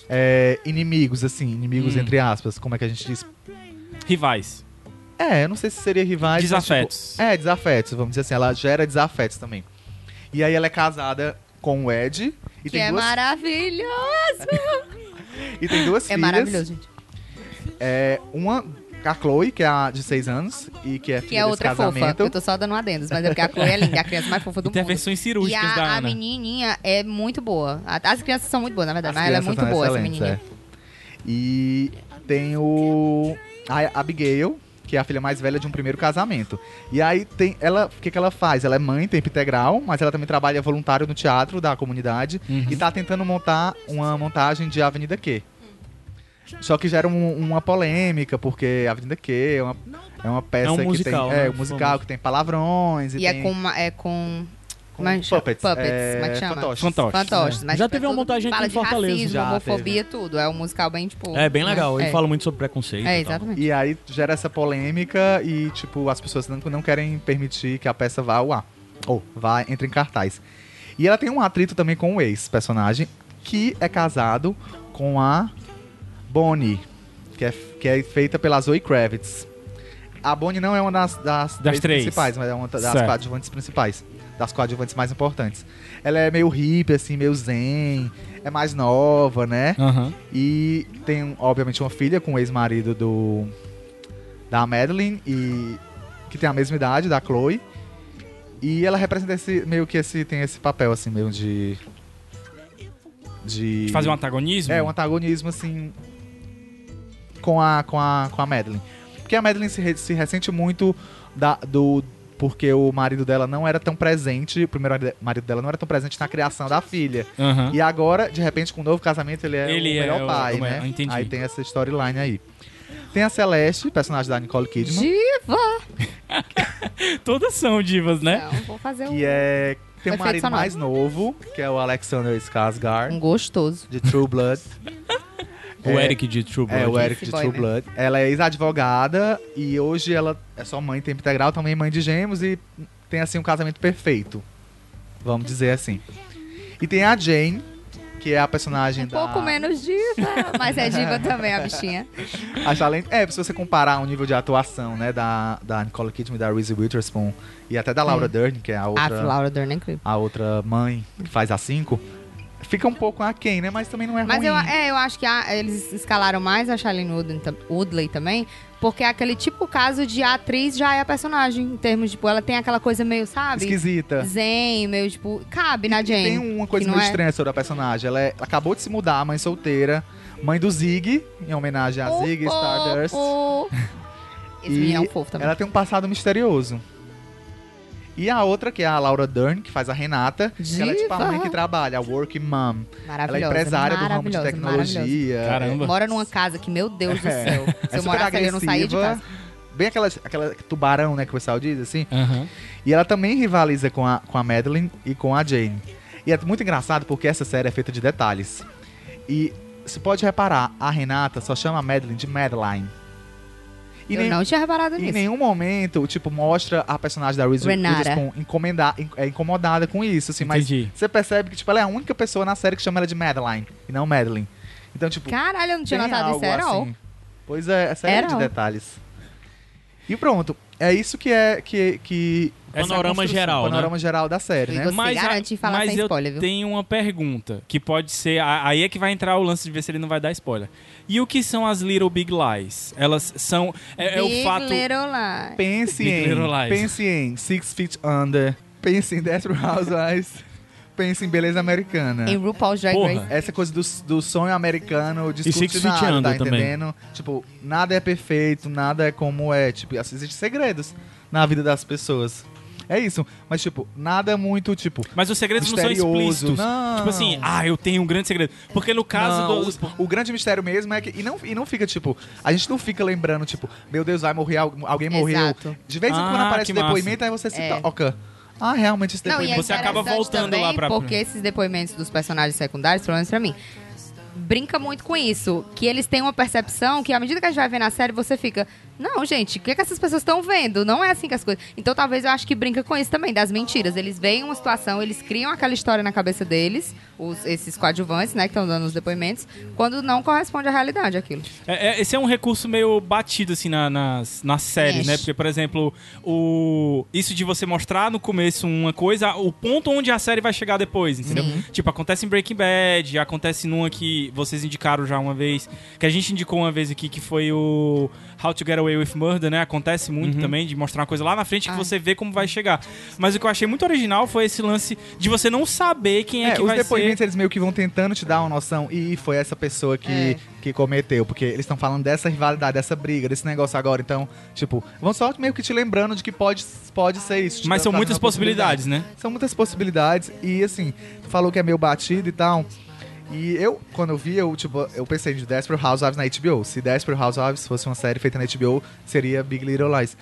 Speaker 4: é, inimigos, assim, inimigos
Speaker 2: Hum.
Speaker 4: entre aspas, como é que a gente diz?
Speaker 2: Rivais.
Speaker 4: É, eu não sei se seria rivais. mas, tipo,
Speaker 2: Desafetos.
Speaker 4: É, desafetos, vamos dizer assim. Ela gera desafetos também. E aí ela é casada com o Ed. E,
Speaker 5: Que
Speaker 4: tem,
Speaker 5: é
Speaker 4: duas,
Speaker 5: maravilhoso.
Speaker 4: e tem duas
Speaker 5: É
Speaker 4: filhas.
Speaker 5: maravilhoso, gente.
Speaker 4: É, uma, a Chloe, que é a de 6 anos, e que é filha
Speaker 5: Que é
Speaker 4: desse
Speaker 5: outra fofa.
Speaker 4: casamento.
Speaker 5: Eu tô só dando um adendos, mas é porque a Chloe é linda, é a criança mais fofa do mundo.
Speaker 2: Intervenções
Speaker 5: E
Speaker 2: cirúrgicas da
Speaker 5: a, a
Speaker 2: Ana.
Speaker 5: menininha é muito boa. A- As crianças são muito boas, na verdade,
Speaker 4: As
Speaker 5: mas ela é
Speaker 4: crianças
Speaker 5: muito
Speaker 4: são
Speaker 5: boa, essa
Speaker 4: excelentes,
Speaker 5: menininha.
Speaker 4: é. E tem o. A Abigail, que é a filha mais velha de um primeiro casamento. E aí tem. Ela. O que, que ela faz? Ela é mãe, tempo integral, mas ela também trabalha voluntário no teatro da comunidade
Speaker 2: Uhum.
Speaker 4: e tá tentando montar uma montagem de Avenida Q. Só que gera um- uma polêmica, porque Avenida Q é uma, é uma peça
Speaker 3: É um
Speaker 4: que
Speaker 3: musical,
Speaker 4: tem.
Speaker 3: né?
Speaker 4: É, um musical
Speaker 3: Famoso.
Speaker 4: que tem palavrões e,
Speaker 5: E é
Speaker 4: tem
Speaker 5: com, uma- é com
Speaker 4: com
Speaker 5: mas-
Speaker 4: puppets.
Speaker 5: puppets,
Speaker 4: é,
Speaker 5: como é que chama?
Speaker 4: fantoches.
Speaker 2: Fantoches.
Speaker 5: fantoches. mas,
Speaker 3: Já
Speaker 5: tipo, é
Speaker 3: teve uma
Speaker 5: tudo-
Speaker 3: montagem aqui
Speaker 5: fala
Speaker 3: em
Speaker 5: de
Speaker 3: Fortaleza.
Speaker 5: racismo,
Speaker 4: Já
Speaker 5: homofobia, tudo. É um musical bem, tipo...
Speaker 3: É bem
Speaker 5: né?
Speaker 3: legal. Ele
Speaker 5: É.
Speaker 3: fala muito então. sobre preconceito.
Speaker 5: É,
Speaker 3: e tal.
Speaker 5: exatamente.
Speaker 4: E aí gera essa polêmica e, tipo, as pessoas não, não querem permitir que a peça vá ao ar. Ou vá, entre em cartaz. E ela tem um atrito também com o ex-personagem, que é casado com a Bonnie, que é, que é feita pela Zoe Kravitz. A Bonnie não é uma das, das,
Speaker 2: Das três.
Speaker 4: principais, mas é uma das
Speaker 2: Certo.
Speaker 4: coadjuvantes principais. Das coadjuvantes mais importantes. Ela é meio hippie, assim, meio zen. É mais nova, né?
Speaker 2: Aham.
Speaker 4: E tem, obviamente, uma filha com o ex-marido do da Madeline e que tem a mesma idade da Chloe. E ela representa esse meio que esse tem esse papel assim meio de de
Speaker 2: De fazer um antagonismo?
Speaker 4: é um antagonismo assim com a com a com a Madeline. Porque a Madeline se, re- se ressente muito da do porque o marido dela não era tão presente, o primeiro mari- marido dela não era tão presente na criação da filha.
Speaker 2: Aham.
Speaker 4: E agora, de repente, com o novo casamento, ele é
Speaker 2: Ele é
Speaker 4: o melhor
Speaker 2: o-
Speaker 4: pai,
Speaker 2: o
Speaker 4: né?
Speaker 2: melhor, entendi.
Speaker 4: Aí tem essa storyline aí. Tem a Celeste, personagem da Nicole Kidman,
Speaker 5: Diva!
Speaker 2: Todas são divas, né?
Speaker 5: Não, vou fazer um,
Speaker 4: que é tem um
Speaker 5: Perfeito
Speaker 4: marido
Speaker 5: sonoro.
Speaker 4: mais novo, que é o Alexander Skarsgård,
Speaker 5: um gostoso.
Speaker 4: de
Speaker 2: *laughs*
Speaker 4: True Blood.
Speaker 3: O
Speaker 4: É.
Speaker 3: Eric de True
Speaker 2: né?
Speaker 3: Blood.
Speaker 4: É, o Eric de
Speaker 5: Esse boy né?
Speaker 4: True Blood. Ela é ex-advogada e hoje ela é só mãe em tempo integral, também mãe de gêmeos e tem, assim, um casamento perfeito. Vamos dizer assim. E tem a Jane, que é a personagem
Speaker 5: Um
Speaker 4: da...
Speaker 5: pouco menos diva, mas é diva também, a bichinha.
Speaker 4: As talent... É, se você comparar o nível de atuação, né, da, da Nicole Kidman, da Reese Witherspoon e até da Laura Dern, que é a
Speaker 5: A
Speaker 4: outra,
Speaker 5: Laura Dern é incrível.
Speaker 4: a outra mãe que faz a 5, fica um pouco aquém, né, mas também não é
Speaker 5: Mas
Speaker 4: ruim.
Speaker 5: eu, é, eu acho que a- eles escalaram mais a Shailene Woodley, tam- Woodley também, porque é aquele tipo caso de a atriz já é a personagem, em termos de, tipo, ela tem aquela coisa meio, sabe?
Speaker 4: Esquisita.
Speaker 5: Zen, meio, tipo, cabe na Jane.
Speaker 4: Tem uma coisa
Speaker 5: que não
Speaker 4: meio
Speaker 5: é.
Speaker 4: estranha sobre a personagem. Ela, é- ela acabou de se mudar, mãe solteira, mãe do Zig, em homenagem a um Zig Stardust.
Speaker 5: Um pouco. Esse
Speaker 4: E
Speaker 5: menino é um fofo também.
Speaker 4: Ela tem um passado misterioso. E a outra, que é a Laura Dern, que faz a Renata, que ela é tipo a
Speaker 5: Diva.
Speaker 4: mãe que trabalha, a working mom. Ela é
Speaker 5: Maravilhosa.
Speaker 4: empresária do ramo de
Speaker 5: maravilhosa, maravilhosa.
Speaker 4: tecnologia.
Speaker 2: Caramba.
Speaker 5: Mora numa casa que, meu Deus do
Speaker 4: É.
Speaker 5: céu. Se
Speaker 4: É super
Speaker 5: eu morasse ali, eu não saía de
Speaker 4: agressiva.
Speaker 5: casa.
Speaker 4: Bem aquela, aquela tubarão, né, que o pessoal diz, assim.
Speaker 2: Aham.
Speaker 4: E ela também rivaliza com a, com a Madeline e com a Jane. E é muito engraçado porque essa série é feita de detalhes. E você pode reparar, a Renata só chama a Madeline de Madeline. E
Speaker 5: eu
Speaker 4: nem-
Speaker 5: não tinha reparado
Speaker 4: em
Speaker 5: nisso.
Speaker 4: nenhum momento, tipo, mostra a personagem da Reese
Speaker 5: Renata.
Speaker 4: Witherspoon encomendar, in- é, incomodada com isso, assim,
Speaker 2: Entendi.
Speaker 4: mas você percebe que, tipo, ela é a única pessoa na série que chama ela de Madeline, e não Madeline. Então, tipo,
Speaker 5: Caralho, eu não tinha
Speaker 4: tem
Speaker 5: notado isso
Speaker 4: algo
Speaker 5: era ó.
Speaker 4: assim. Pois é, essa série de
Speaker 5: Era. um.
Speaker 4: detalhes. E pronto, é isso que é que, que
Speaker 2: Essa é a
Speaker 3: Panorama
Speaker 2: construção.
Speaker 3: geral, né?
Speaker 4: o panorama geral né? da série,
Speaker 5: E
Speaker 4: né?
Speaker 5: você
Speaker 2: Mas a-
Speaker 5: garante falar
Speaker 2: mas
Speaker 5: sem
Speaker 2: eu
Speaker 5: spoiler, viu?
Speaker 2: tenho uma pergunta, que pode ser... a- Aí é que vai entrar o lance de ver se ele não vai dar spoiler. E o que são as Little Big Lies? Elas são... É, é o
Speaker 5: Big
Speaker 2: fato...
Speaker 5: Little Lies.
Speaker 4: Pense
Speaker 2: Big
Speaker 4: em,
Speaker 2: Little Lies.
Speaker 4: pense em Six Feet Under, pense em Death Housewives, *laughs* pense em Beleza Americana.
Speaker 5: Em RuPaul's Drag
Speaker 2: Porra.
Speaker 5: Race.
Speaker 4: Essa coisa do, do sonho americano
Speaker 3: Six Feet
Speaker 4: descortinado, tá
Speaker 3: Under também.
Speaker 4: entendendo? Tipo, nada é perfeito, nada é como é. Tipo, assim, existem segredos na vida das pessoas. É isso. Mas, tipo, nada muito, tipo,
Speaker 2: Mas os segredos não são
Speaker 4: misterioso.
Speaker 2: explícitos.
Speaker 4: Não.
Speaker 2: Tipo assim, ah, eu tenho um grande segredo. Porque no caso
Speaker 4: Não,
Speaker 2: do...
Speaker 4: o, o grande mistério mesmo é que... E não, e não fica, tipo... A gente não fica lembrando, tipo... Meu Deus, vai morrer... al- Alguém morreu.
Speaker 5: Exato.
Speaker 4: De vez em
Speaker 2: Ah,
Speaker 4: quando aparece
Speaker 2: que
Speaker 4: o
Speaker 2: massa.
Speaker 4: depoimento, aí você se
Speaker 5: É.
Speaker 4: toca. Ah, realmente esse
Speaker 5: Não, e é
Speaker 4: depoimento...
Speaker 2: Você acaba
Speaker 5: interessante
Speaker 2: voltando
Speaker 5: também
Speaker 2: lá pra-
Speaker 5: Porque esses depoimentos dos personagens secundários, pelo menos pra mim, brinca muito com isso. Que eles têm uma percepção que, à medida que a gente vai vendo a série, você fica. Não, gente, o que, é que essas pessoas estão vendo? Não é assim que as coisas. Então talvez eu acho que brinca com isso também, das mentiras. Eles veem uma situação, eles criam aquela história na cabeça deles, os- esses coadjuvantes, né, que estão dando os depoimentos, quando não corresponde à realidade aquilo.
Speaker 2: É, é, esse é um recurso meio batido, assim, na- nas, nas séries,
Speaker 5: Mexe.
Speaker 2: né? Porque, por exemplo, o isso de você mostrar no começo uma coisa, o ponto onde a série vai chegar depois, entendeu? Tipo, acontece em Breaking Bad, acontece numa que vocês indicaram já uma vez, que a gente indicou uma vez aqui, que foi o How to Get Away with Murder, né? Acontece
Speaker 4: Uhum.
Speaker 2: muito também de mostrar uma coisa lá na frente que
Speaker 5: Ah.
Speaker 2: você vê como vai chegar. Mas o que eu achei muito original foi esse lance de você não saber quem é,
Speaker 4: É,
Speaker 2: que
Speaker 4: os
Speaker 2: vai
Speaker 4: depoimentos
Speaker 2: ser.
Speaker 4: eles meio que vão tentando te dar uma noção. E foi essa pessoa que,
Speaker 5: É.
Speaker 4: que cometeu. Porque eles estão falando dessa rivalidade, dessa briga, desse negócio agora. Então, tipo, vão só meio que te lembrando de que pode, pode ser isso. te
Speaker 2: Mas são
Speaker 4: trazendo
Speaker 2: muitas
Speaker 4: a possibilidade.
Speaker 2: possibilidades, né?
Speaker 4: São muitas possibilidades. E assim, tu falou que é meio batido e tal. E eu, quando eu vi, eu, tipo, eu pensei de Desperate Housewives na HBO. Se Desperate Housewives fosse uma série feita na HBO, seria Big Little Lies.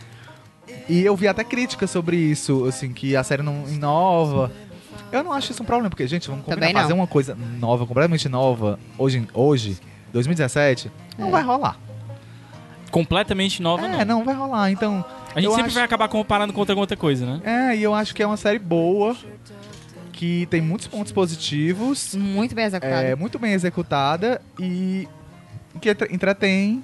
Speaker 4: E eu vi até críticas sobre isso, assim, que a série não inova. Eu não acho isso um problema, porque, gente, vamos combinar,
Speaker 5: Também não.
Speaker 4: fazer uma coisa nova, completamente nova, hoje, em- hoje 2017,
Speaker 5: É.
Speaker 4: não vai rolar.
Speaker 2: né? Completamente nova, não.
Speaker 4: É, não vai rolar. Então,
Speaker 2: A gente
Speaker 4: eu
Speaker 2: sempre
Speaker 4: acho-
Speaker 2: vai acabar comparando com outra, com outra coisa, né?
Speaker 4: É, e eu acho que é uma série boa, que tem muitos pontos positivos,
Speaker 5: Muito bem executado.
Speaker 4: é muito bem executada e que entre- entretém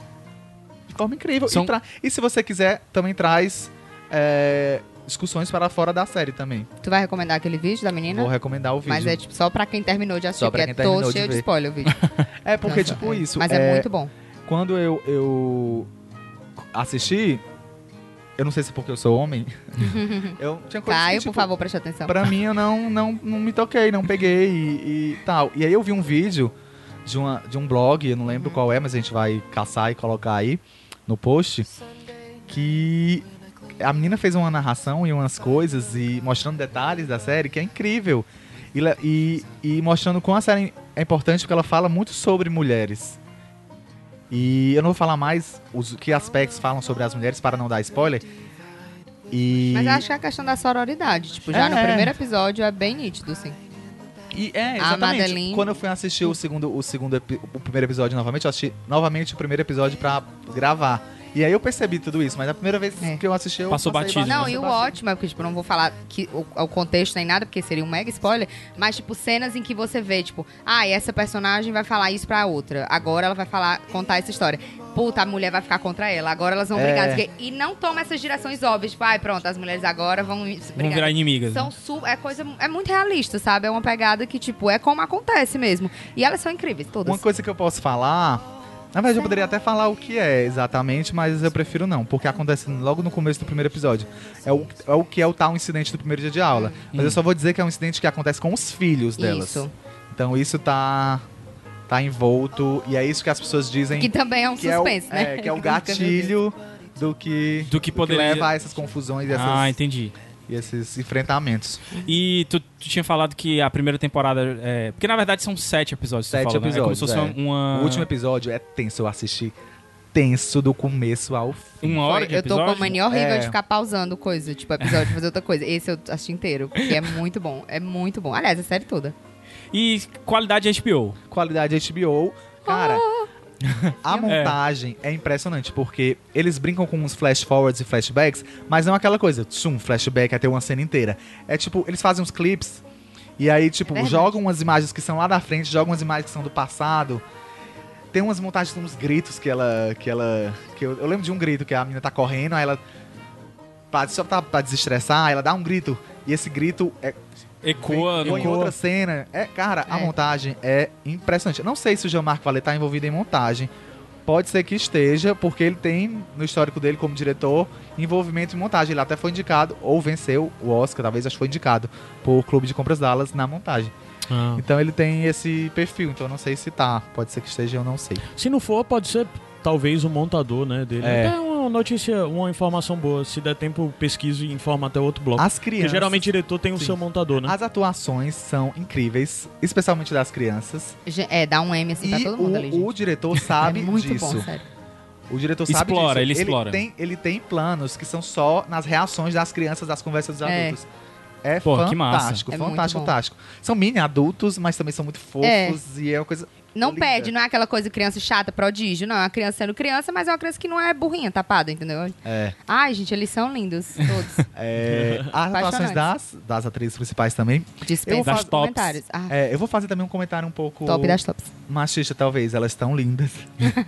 Speaker 4: de forma incrível.
Speaker 2: São-
Speaker 4: E, tra- e se você quiser, também traz é, discussões para fora da série também.
Speaker 5: Tu vai recomendar aquele vídeo da menina?
Speaker 4: Vou recomendar o vídeo.
Speaker 5: Mas é tipo só pra quem terminou de assistir,
Speaker 4: Só pra
Speaker 5: porque
Speaker 4: quem
Speaker 5: é todo
Speaker 4: terminou de
Speaker 5: cheio de,
Speaker 4: ver.
Speaker 5: spoiler o vídeo.
Speaker 4: É porque,
Speaker 5: Nossa,
Speaker 4: tipo,
Speaker 5: é.
Speaker 4: isso.
Speaker 5: Mas é muito bom.
Speaker 4: Quando eu, eu assisti, eu não sei se é porque eu sou
Speaker 5: *laughs*
Speaker 4: homem, *laughs* eu tinha coisas
Speaker 5: Caio,
Speaker 4: que, tipo,
Speaker 5: Tá, por favor, preste atenção.
Speaker 4: Pra mim, eu não, não, não me toquei, não peguei e, e tal. E aí eu vi um vídeo de, uma, de um blog, eu não lembro qual é, mas a gente vai caçar e colocar aí no post, que a menina fez uma narração e umas coisas, e mostrando detalhes da série, que é incrível. E, le- e, e mostrando como a série é importante, porque ela fala muito sobre mulheres. E eu não vou falar mais os que aspectos falam sobre as mulheres para não dar spoiler. E...
Speaker 5: Mas eu acho que é a questão da sororidade. Tipo, já
Speaker 4: É.
Speaker 5: no primeiro episódio é bem nítido, sim.
Speaker 4: E é,
Speaker 5: A
Speaker 4: exatamente.
Speaker 5: Madeline.
Speaker 4: Quando eu fui assistir o segundo, o segundo epi- o primeiro episódio novamente, eu assisti novamente o primeiro episódio pra gravar. E aí eu percebi tudo isso, mas a primeira vez
Speaker 5: É.
Speaker 4: que eu assisti, eu
Speaker 2: Passou
Speaker 4: passei
Speaker 2: batido,
Speaker 5: Não,
Speaker 2: né?
Speaker 5: e o
Speaker 4: batido.
Speaker 5: ótimo é porque, tipo, não vou falar que, o, o contexto nem nada, porque seria um mega spoiler, mas, tipo, cenas em que você vê, tipo, ah, essa personagem vai falar isso pra outra, agora ela vai falar, contar essa história. Puta, a mulher vai ficar contra ela, agora elas vão
Speaker 4: É.
Speaker 5: brigar. não sei o quê. E não toma essas direções óbvias, tipo, ai, pronto, as mulheres agora vão brigar.
Speaker 2: Vão virar inimigas. né?
Speaker 5: São su é coisa é muito realista, sabe? É uma pegada que tipo é como acontece mesmo. E elas são incríveis todas.
Speaker 4: Uma coisa que eu posso falar, na verdade eu poderia até falar o que é exatamente, mas eu prefiro não, porque acontece logo no começo do primeiro episódio. É o, é o que é o tal incidente do primeiro dia de aula. Mas eu só vou dizer que é um incidente que acontece com os filhos delas.
Speaker 5: Isso.
Speaker 4: Então isso tá tá envolto e é isso que as pessoas dizem
Speaker 5: Que também é um
Speaker 4: que
Speaker 5: suspense,
Speaker 4: é o,
Speaker 5: né?
Speaker 4: é,
Speaker 5: *laughs*
Speaker 4: que é o
Speaker 5: Fica meio
Speaker 4: gatilho do que,
Speaker 2: Do que poderia-
Speaker 4: leva a essas confusões e, essas-
Speaker 2: Ah, entendi.
Speaker 4: e esses enfrentamentos.
Speaker 2: E tu, tu tinha falado que a primeira temporada. É... Porque na verdade são sete episódios. tu
Speaker 4: Sete
Speaker 2: falou, né?
Speaker 4: episódios,
Speaker 2: É como se fosse
Speaker 4: é.
Speaker 2: uma.
Speaker 4: O último episódio é tenso, eu assisti tenso do começo ao fim.
Speaker 2: Uma
Speaker 5: Foi,
Speaker 2: hora de
Speaker 5: eu tô
Speaker 2: episódio.
Speaker 5: com uma mania horrível
Speaker 4: É.
Speaker 5: de ficar pausando coisa, tipo, episódio de fazer outra coisa. Esse eu assisti inteiro, porque é muito bom. É muito bom. Aliás, a série toda.
Speaker 2: E qualidade HBO.
Speaker 4: Qualidade HBO, cara, A montagem é. impressionante, porque eles brincam com uns flash forwards e flashbacks, mas não aquela coisa, um flashback até uma cena inteira. É tipo, eles fazem uns clips e aí, tipo,
Speaker 5: verdade.
Speaker 4: jogam umas imagens que são lá da frente, jogam umas imagens que são do passado. Tem umas montagens, uns gritos que ela. que ela. Que eu, eu lembro de um grito que a menina tá correndo, aí ela. Pra, só pra, pra desestressar, ela dá um grito. E esse grito é
Speaker 2: Ecoa,
Speaker 4: Vem-
Speaker 2: no-
Speaker 4: põe outra cena. É, cara, a
Speaker 5: É.
Speaker 4: montagem é impressionante. Eu Não sei se o Jean-Marc Vallée tá envolvido em montagem. Pode ser que esteja, porque ele tem, no histórico dele como diretor, envolvimento em montagem. Ele até foi indicado, ou venceu o Oscar, talvez, acho que foi indicado, por Clube de Compras Dallas na montagem.
Speaker 3: Ah.
Speaker 4: Então ele tem esse perfil, então eu não sei se tá. Pode ser que esteja, eu não sei.
Speaker 3: Se não for, pode ser talvez o montador, né, dele.
Speaker 4: É.
Speaker 3: É, uma notícia, uma informação boa. Se der tempo, pesquiso e informa até outro
Speaker 2: Ah,
Speaker 3: bloco.
Speaker 4: As
Speaker 3: Porque
Speaker 4: crianças.
Speaker 3: geralmente o diretor tem o
Speaker 4: Sim.
Speaker 3: seu montador, né?
Speaker 4: As atuações são incríveis, especialmente das crianças.
Speaker 5: Ge- É, dá um M assim pra
Speaker 4: e
Speaker 5: todo mundo
Speaker 4: o,
Speaker 5: ali, gente.
Speaker 4: o diretor
Speaker 5: *laughs* É
Speaker 4: sabe
Speaker 5: muito
Speaker 4: disso.
Speaker 5: bom, sério.
Speaker 4: O diretor sabe
Speaker 2: Explora,
Speaker 4: disso.
Speaker 2: ele explora.
Speaker 4: tem, ele tem planos que são só nas reações das crianças das conversas dos
Speaker 5: É.
Speaker 4: adultos. É,
Speaker 2: Pô, que massa.
Speaker 4: fantástico,
Speaker 5: É muito
Speaker 4: fantástico,
Speaker 5: bom.
Speaker 4: fantástico. São mini adultos, mas também são muito fofos e é uma coisa.
Speaker 5: Não
Speaker 4: Linda.
Speaker 5: pede, não é aquela coisa criança chata, prodígio, não. É uma criança sendo criança, mas é uma criança que não é burrinha, tapada, entendeu?
Speaker 4: É.
Speaker 5: Ai, gente, eles são lindos, *laughs* todos.
Speaker 2: *laughs*
Speaker 4: é, as atuações das, das atrizes principais também. Eu
Speaker 5: Dispensa
Speaker 2: vou
Speaker 5: os
Speaker 2: fazer-
Speaker 5: comentários. Ah,
Speaker 4: É, eu vou fazer também um comentário um pouco
Speaker 5: top né? das tops.
Speaker 4: machista, talvez. Elas estão
Speaker 5: *laughs*
Speaker 4: lindas.